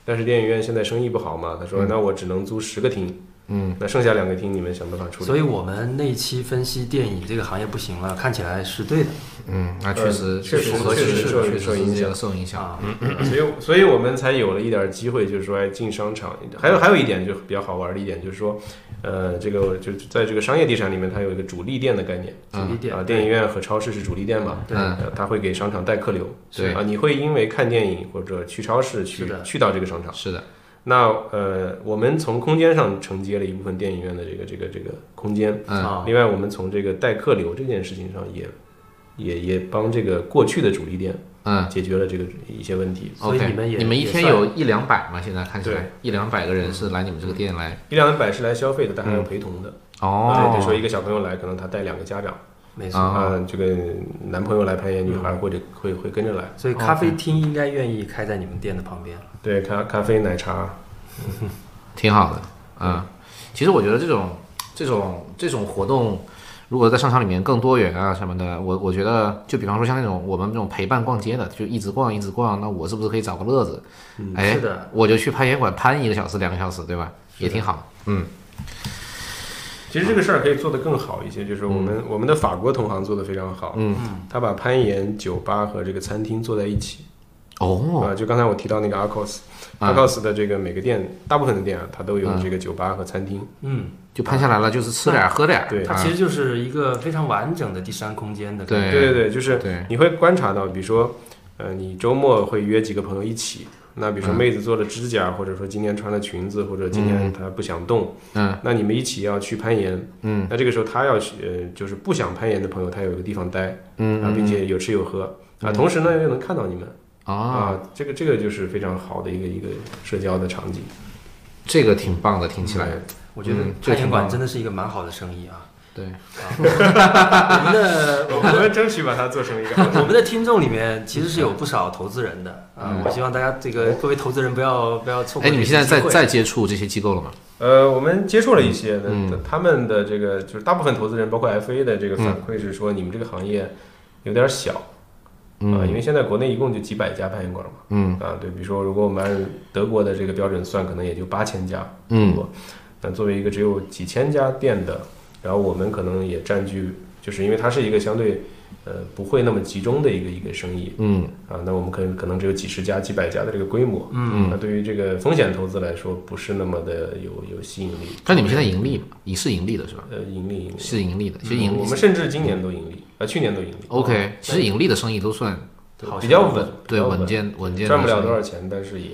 Speaker 3: 但是电影院现在生意不好嘛，他
Speaker 1: 嗯
Speaker 3: 说、那我只能租十个厅，
Speaker 2: 嗯，
Speaker 3: 那剩下两个厅你们想办法处理。
Speaker 1: 所以我们那一期分析电影这个行业不行了，看起来是对的
Speaker 2: 嗯，那确
Speaker 3: 呃
Speaker 2: 实
Speaker 3: 确
Speaker 2: 实
Speaker 3: 实
Speaker 2: 确
Speaker 3: 确实
Speaker 2: 是
Speaker 3: 受
Speaker 2: 确
Speaker 3: 受
Speaker 2: 实
Speaker 3: 影
Speaker 2: 是这
Speaker 3: 响
Speaker 2: 个受影响。
Speaker 1: 啊。
Speaker 3: 所以，所以我们才有了一点机会，就是说，哎，进商场。还有还有一点就比较好玩的一点，就是说，呃，这个就在这个商业地产里面，它有一个主力店的概念
Speaker 1: 主力店
Speaker 3: 啊，电影院和超市是主力店嘛，
Speaker 1: 对
Speaker 2: 嗯
Speaker 3: 呃，它会给商场带客流，
Speaker 2: 对
Speaker 3: 啊，你会因为看电影或者去超市去
Speaker 1: 是的
Speaker 3: 去到这个商场。
Speaker 2: 是的，
Speaker 3: 那呃，我们从空间上承接了一部分电影院的这个这个这个空间，
Speaker 2: 嗯，
Speaker 1: 啊，
Speaker 3: 另外我们从这个带客流这件事情上也也也帮这个过去的主力店
Speaker 2: 嗯
Speaker 3: 解决了这个一些问题。
Speaker 1: 所以
Speaker 2: OK，
Speaker 1: 你们也
Speaker 2: 你们一
Speaker 1: 也
Speaker 2: 天
Speaker 1: 算
Speaker 2: 有一两百吗？现在看起来
Speaker 3: 对
Speaker 2: 一两百个人是来你们这个店来
Speaker 3: 一两百是来消费的，但还有陪同的。
Speaker 2: 哦
Speaker 3: 对，比如说一个小朋友来，可能他带两个家长，
Speaker 1: 没错。
Speaker 2: 啊
Speaker 3: 啊，这个男朋友来攀岩，女孩或者会会跟着来。
Speaker 1: 所以咖啡厅应该愿意开在你们店的旁边。
Speaker 3: 对，咖咖啡、奶茶，
Speaker 2: 挺好的，嗯，其实我觉得这种这种这种活动，如果在商场里面更多元啊什么的，我我觉得就比方说像那种我们这种陪伴逛街的，就一直逛一直逛，那我是不是可以找个乐子？哎，
Speaker 1: 嗯是的，
Speaker 2: 我就去攀岩馆攀一个小时两个小时，对吧？也挺好，嗯，
Speaker 3: 其实这个事儿可以做得更好一些，就是我们、
Speaker 2: 嗯
Speaker 3: 我们的法国同行做得非常好，嗯，他把攀岩、酒吧和这个餐厅做在一起，
Speaker 2: 哦，啊
Speaker 3: 啊，就刚才我提到那个 Arcos，Arcos、Arcos 的这个每个店，大部分的店啊，它都有
Speaker 2: 嗯
Speaker 3: 这个酒吧和餐厅，
Speaker 1: 嗯，
Speaker 2: 就攀下来了，就是吃点儿喝点儿，
Speaker 3: 对
Speaker 1: 它
Speaker 2: 啊
Speaker 1: 其实就是一个非常完整的第三空间的感觉。
Speaker 2: 对
Speaker 3: 对对对，就是
Speaker 2: 对
Speaker 3: 你会观察到，比如说，呃，你周末会约几个朋友一起，那比如说妹子做了指甲，或者说今天穿了裙子，或者今天她不想动，
Speaker 2: 嗯，
Speaker 3: 那你们一起要去攀岩，
Speaker 2: 嗯，
Speaker 3: 那这个时候她要去呃，就是不想攀岩的朋友，他有一个地方待，
Speaker 2: 嗯
Speaker 3: 啊，并且有吃有喝。啊，同时呢又能看到你们
Speaker 2: 啊，
Speaker 3: 啊，这个这个就是非常好的一个一个社交的场景。
Speaker 2: 这个挺棒的，听起来，
Speaker 1: 我觉得
Speaker 2: 嗯这
Speaker 1: 攀
Speaker 2: 挺
Speaker 1: 岩
Speaker 2: 棒
Speaker 1: 馆
Speaker 2: 的
Speaker 1: 真的是一个蛮好的生意啊。
Speaker 2: 对，
Speaker 1: 我们的
Speaker 3: 我们争取把它做成一个好
Speaker 1: 我们的听众里面其实是有不少投资人的啊、我希望大家这个各位投资人不要不要错过
Speaker 2: 嗯哎，
Speaker 1: 这个
Speaker 2: 你们
Speaker 1: 机
Speaker 2: 现
Speaker 1: 会。
Speaker 2: 在在在接触这些机构了吗？
Speaker 3: 呃，我们接触了一些，那
Speaker 2: 嗯
Speaker 3: 他们的这个就是大部分投资人，包括 FA 的这个反馈是说，你们这个行业有点小啊、因为现在国内一共就几百家攀岩馆嘛，
Speaker 2: 嗯
Speaker 3: 啊，对，比如说如果我们按德国的这个标准算，可能也就八千家，
Speaker 2: 嗯
Speaker 3: 多，那作为一个只有几千家店的，然后我们可能也占据，就是因为它是一个相对呃不会那么集中的一个一个生意，
Speaker 2: 嗯
Speaker 3: 啊，那我们可能可能只有几十家、几百家的这个规模，
Speaker 2: 嗯
Speaker 3: 那对于这个风险投资来说，不是那么的有有吸引力。
Speaker 2: 那你们现在盈利吗？你是盈利的是吧？
Speaker 3: 呃盈利盈利，
Speaker 2: 是盈利的，其实盈利
Speaker 3: 嗯我们甚至今年都盈利，啊，去年都盈利，
Speaker 2: OK，其实盈利的生意都算
Speaker 3: 对
Speaker 1: 好
Speaker 3: 比较
Speaker 1: 像
Speaker 3: 稳，比
Speaker 2: 对
Speaker 3: 较
Speaker 2: 稳健稳健的
Speaker 3: 赚不了
Speaker 2: 生意
Speaker 3: 多少钱，但是也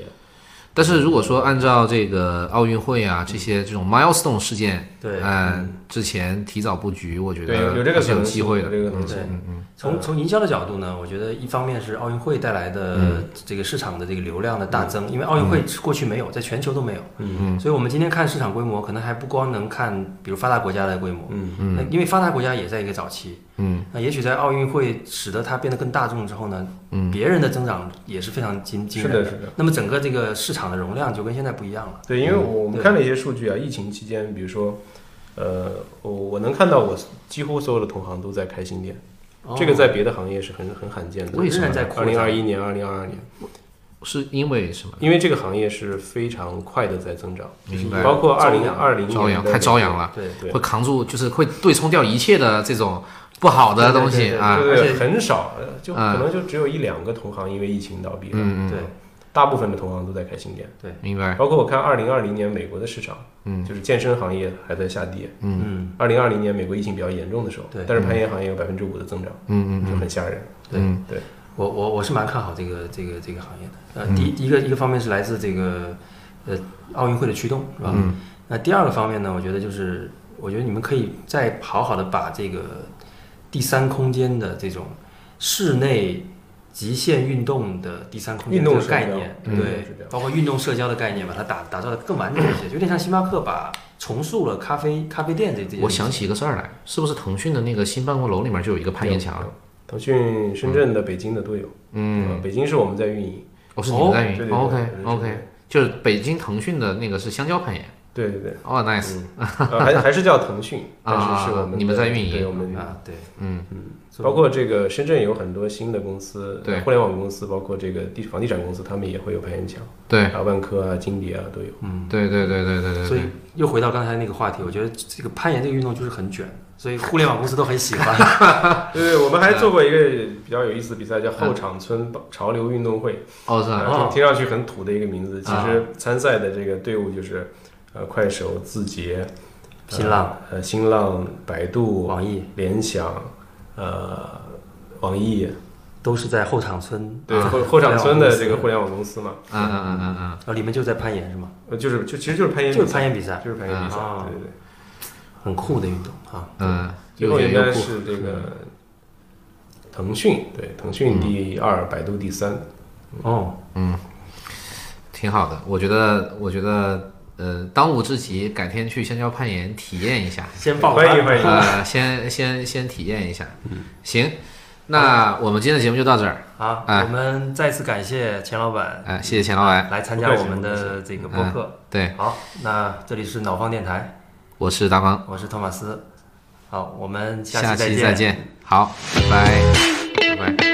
Speaker 2: 但是如果说按照这个奥运会啊这些这种 milestone 事件，
Speaker 1: 对
Speaker 2: 嗯，之前提早布局，我觉
Speaker 3: 对有
Speaker 2: 得
Speaker 3: 有这
Speaker 2: 还是
Speaker 3: 个可
Speaker 2: 有
Speaker 3: 能
Speaker 2: 机
Speaker 3: 性
Speaker 2: 会
Speaker 3: 有
Speaker 2: 的。
Speaker 3: 这个可能性
Speaker 1: 对。，
Speaker 3: 嗯
Speaker 1: 从从营销的角度呢，我觉得一方面是奥运会带来的
Speaker 3: 嗯
Speaker 1: 这个市场的这个流量的大增，因为奥运会过去没有，在全球都没有，嗯，所以我们今天看市场规模，可能还不光能看比如发达国家的规模，
Speaker 3: 嗯，
Speaker 1: 那因为发达国家也在一个早期，
Speaker 2: 嗯，
Speaker 1: 那也许在奥运会使得它变得更大众之后呢，嗯，别人的增长也是非常惊惊
Speaker 3: 是
Speaker 1: 人
Speaker 3: 的，是的。
Speaker 1: 那么整个这个市场的容量就跟现在不一样了。
Speaker 3: 嗯
Speaker 2: 嗯
Speaker 3: 对，因为我
Speaker 1: 对
Speaker 3: 们看了一些数据啊，疫情期间，比如说，呃，我我能看到我几乎所有的同行都在开新店，
Speaker 2: 哦
Speaker 3: 这
Speaker 1: 哦
Speaker 3: 个在别的行业是很很罕见的。
Speaker 2: 为什么
Speaker 1: 仍然在扩
Speaker 3: 二
Speaker 1: 张
Speaker 3: 零二一年、二零二二年，
Speaker 2: 是因为什么？
Speaker 3: 因为这个行业是非常快的在增长，
Speaker 2: 明白
Speaker 3: 包括二零二零
Speaker 2: 朝
Speaker 3: 年
Speaker 2: 阳
Speaker 3: 的
Speaker 2: 太朝阳了，
Speaker 1: 对
Speaker 3: 对
Speaker 2: 会扛住，就是会对冲掉一切的这种不好的东
Speaker 1: 对对
Speaker 2: 西
Speaker 1: 对
Speaker 2: 啊。
Speaker 3: 对
Speaker 1: 而
Speaker 3: 对，
Speaker 1: 且
Speaker 3: 很少，呃就
Speaker 2: 啊
Speaker 3: 可能就只有一两个同行因为疫情倒闭了，
Speaker 2: 嗯嗯，
Speaker 1: 对，
Speaker 3: 大部分的同行都在开新店。
Speaker 2: 明白。
Speaker 3: 包括我看二零二零年美国的市场，
Speaker 2: 嗯
Speaker 3: 就是健身行业还在下跌。
Speaker 1: 嗯，
Speaker 3: 二零二零年美国疫情比较严重的时候，
Speaker 1: 对
Speaker 3: 但是攀岩行业有百分之五的增长，
Speaker 2: 嗯嗯
Speaker 3: 就很吓人。
Speaker 1: 对
Speaker 2: 嗯
Speaker 3: 对，嗯
Speaker 1: 我我我是蛮看好这个这个这个行业的。呃，第一一个一个方面是来自这个呃奥运会的驱动，是吧？
Speaker 3: 嗯
Speaker 1: 那第二个方面呢，我觉得就是，我觉得你们可以再好好的把这个第三空间的这种室内极限运动的第三空间
Speaker 3: 运动
Speaker 1: 这个概
Speaker 3: 社交
Speaker 1: 念，
Speaker 3: 嗯
Speaker 1: 对
Speaker 3: 是这样，
Speaker 1: 包括运动社交的概念，把它打打造的更完整一些，有点像星巴克把重塑了咖啡咖啡店这这件事情。
Speaker 2: 我想起一个事儿来，是不是腾讯的那个新办公楼里面就有一个攀岩墙？
Speaker 3: 腾讯深圳的、北京的都有。
Speaker 2: 嗯，
Speaker 3: 呃，北京是我们在运营。
Speaker 2: 哦，是你们在运
Speaker 3: 对对
Speaker 2: 营
Speaker 3: 对
Speaker 2: ？OK
Speaker 3: 对对
Speaker 2: OK，就是北京腾讯的那个是香蕉攀岩。
Speaker 3: 对对对，
Speaker 2: 哦，nice，
Speaker 3: 嗯，呃还还是叫 腾讯，但是是我们
Speaker 2: 啊
Speaker 3: 的
Speaker 2: 你们在运营
Speaker 3: 对，我们
Speaker 1: 啊，对，
Speaker 2: 嗯，
Speaker 3: 包括这个深圳有很多新的公司，
Speaker 2: 对
Speaker 3: 互联网公司，包括这个地房地产公司，他们也会有攀岩墙，
Speaker 2: 对
Speaker 3: 啊，万科啊、金蝶啊都有。
Speaker 1: 嗯，
Speaker 2: 对对对对对对
Speaker 1: 所
Speaker 2: 对
Speaker 1: 以。又回到刚才那个话题，我觉得这个攀岩这个运动就是很卷，所以互联网公司都很喜 欢。
Speaker 3: 对，我们还做过一个比较有意思的比赛，叫后场村潮流运动会，
Speaker 2: 哦，是吧？
Speaker 3: 啊
Speaker 1: 哦
Speaker 3: 听听上去很土的一个名字，其实参赛的这个队伍就是，呃，快手、字节、呃
Speaker 1: 新浪、
Speaker 3: 呃新浪、百度、
Speaker 1: 网易
Speaker 3: 联想、呃网易，
Speaker 1: 都是在后场村，
Speaker 3: 对
Speaker 1: 啊
Speaker 3: 后后场村的这个互
Speaker 1: 互联网公司哦
Speaker 3: 联网公司嘛，
Speaker 2: 嗯嗯嗯嗯嗯。
Speaker 1: 然后里面就在攀岩是吗？
Speaker 3: 呃，就是就其实就是攀岩比
Speaker 1: 就是
Speaker 3: 赛，
Speaker 1: 攀岩比赛，
Speaker 3: 就是攀岩比赛，
Speaker 1: 嗯
Speaker 3: 啊对对对。
Speaker 1: 很酷的运动啊。
Speaker 2: 嗯，
Speaker 3: 最
Speaker 2: 又
Speaker 3: 后
Speaker 2: 远
Speaker 3: 应该
Speaker 2: 又酷。
Speaker 3: 是这个腾讯，对，腾讯第二，百度第三。嗯
Speaker 1: 哦，
Speaker 2: 挺好的。我觉得，我觉得，呃，当务之急，改天去香蕉攀岩体验一下，
Speaker 1: 先报
Speaker 3: 欢迎欢迎
Speaker 2: 呃，先先先体验一下。
Speaker 1: 嗯
Speaker 2: 行，那我们今天的节目就到这儿。
Speaker 1: 啊！
Speaker 2: 哎
Speaker 1: 我们再次感谢钱老板
Speaker 2: 哎、谢谢钱老板，
Speaker 1: 来参加我们的这个播客。
Speaker 2: 对，
Speaker 1: 好，那这里是脑放电台，
Speaker 2: 我是大光，
Speaker 1: 我是托马斯。好，我们下
Speaker 2: 下
Speaker 1: 期再
Speaker 2: 期
Speaker 1: 见
Speaker 2: 再。见。好，拜拜，拜拜。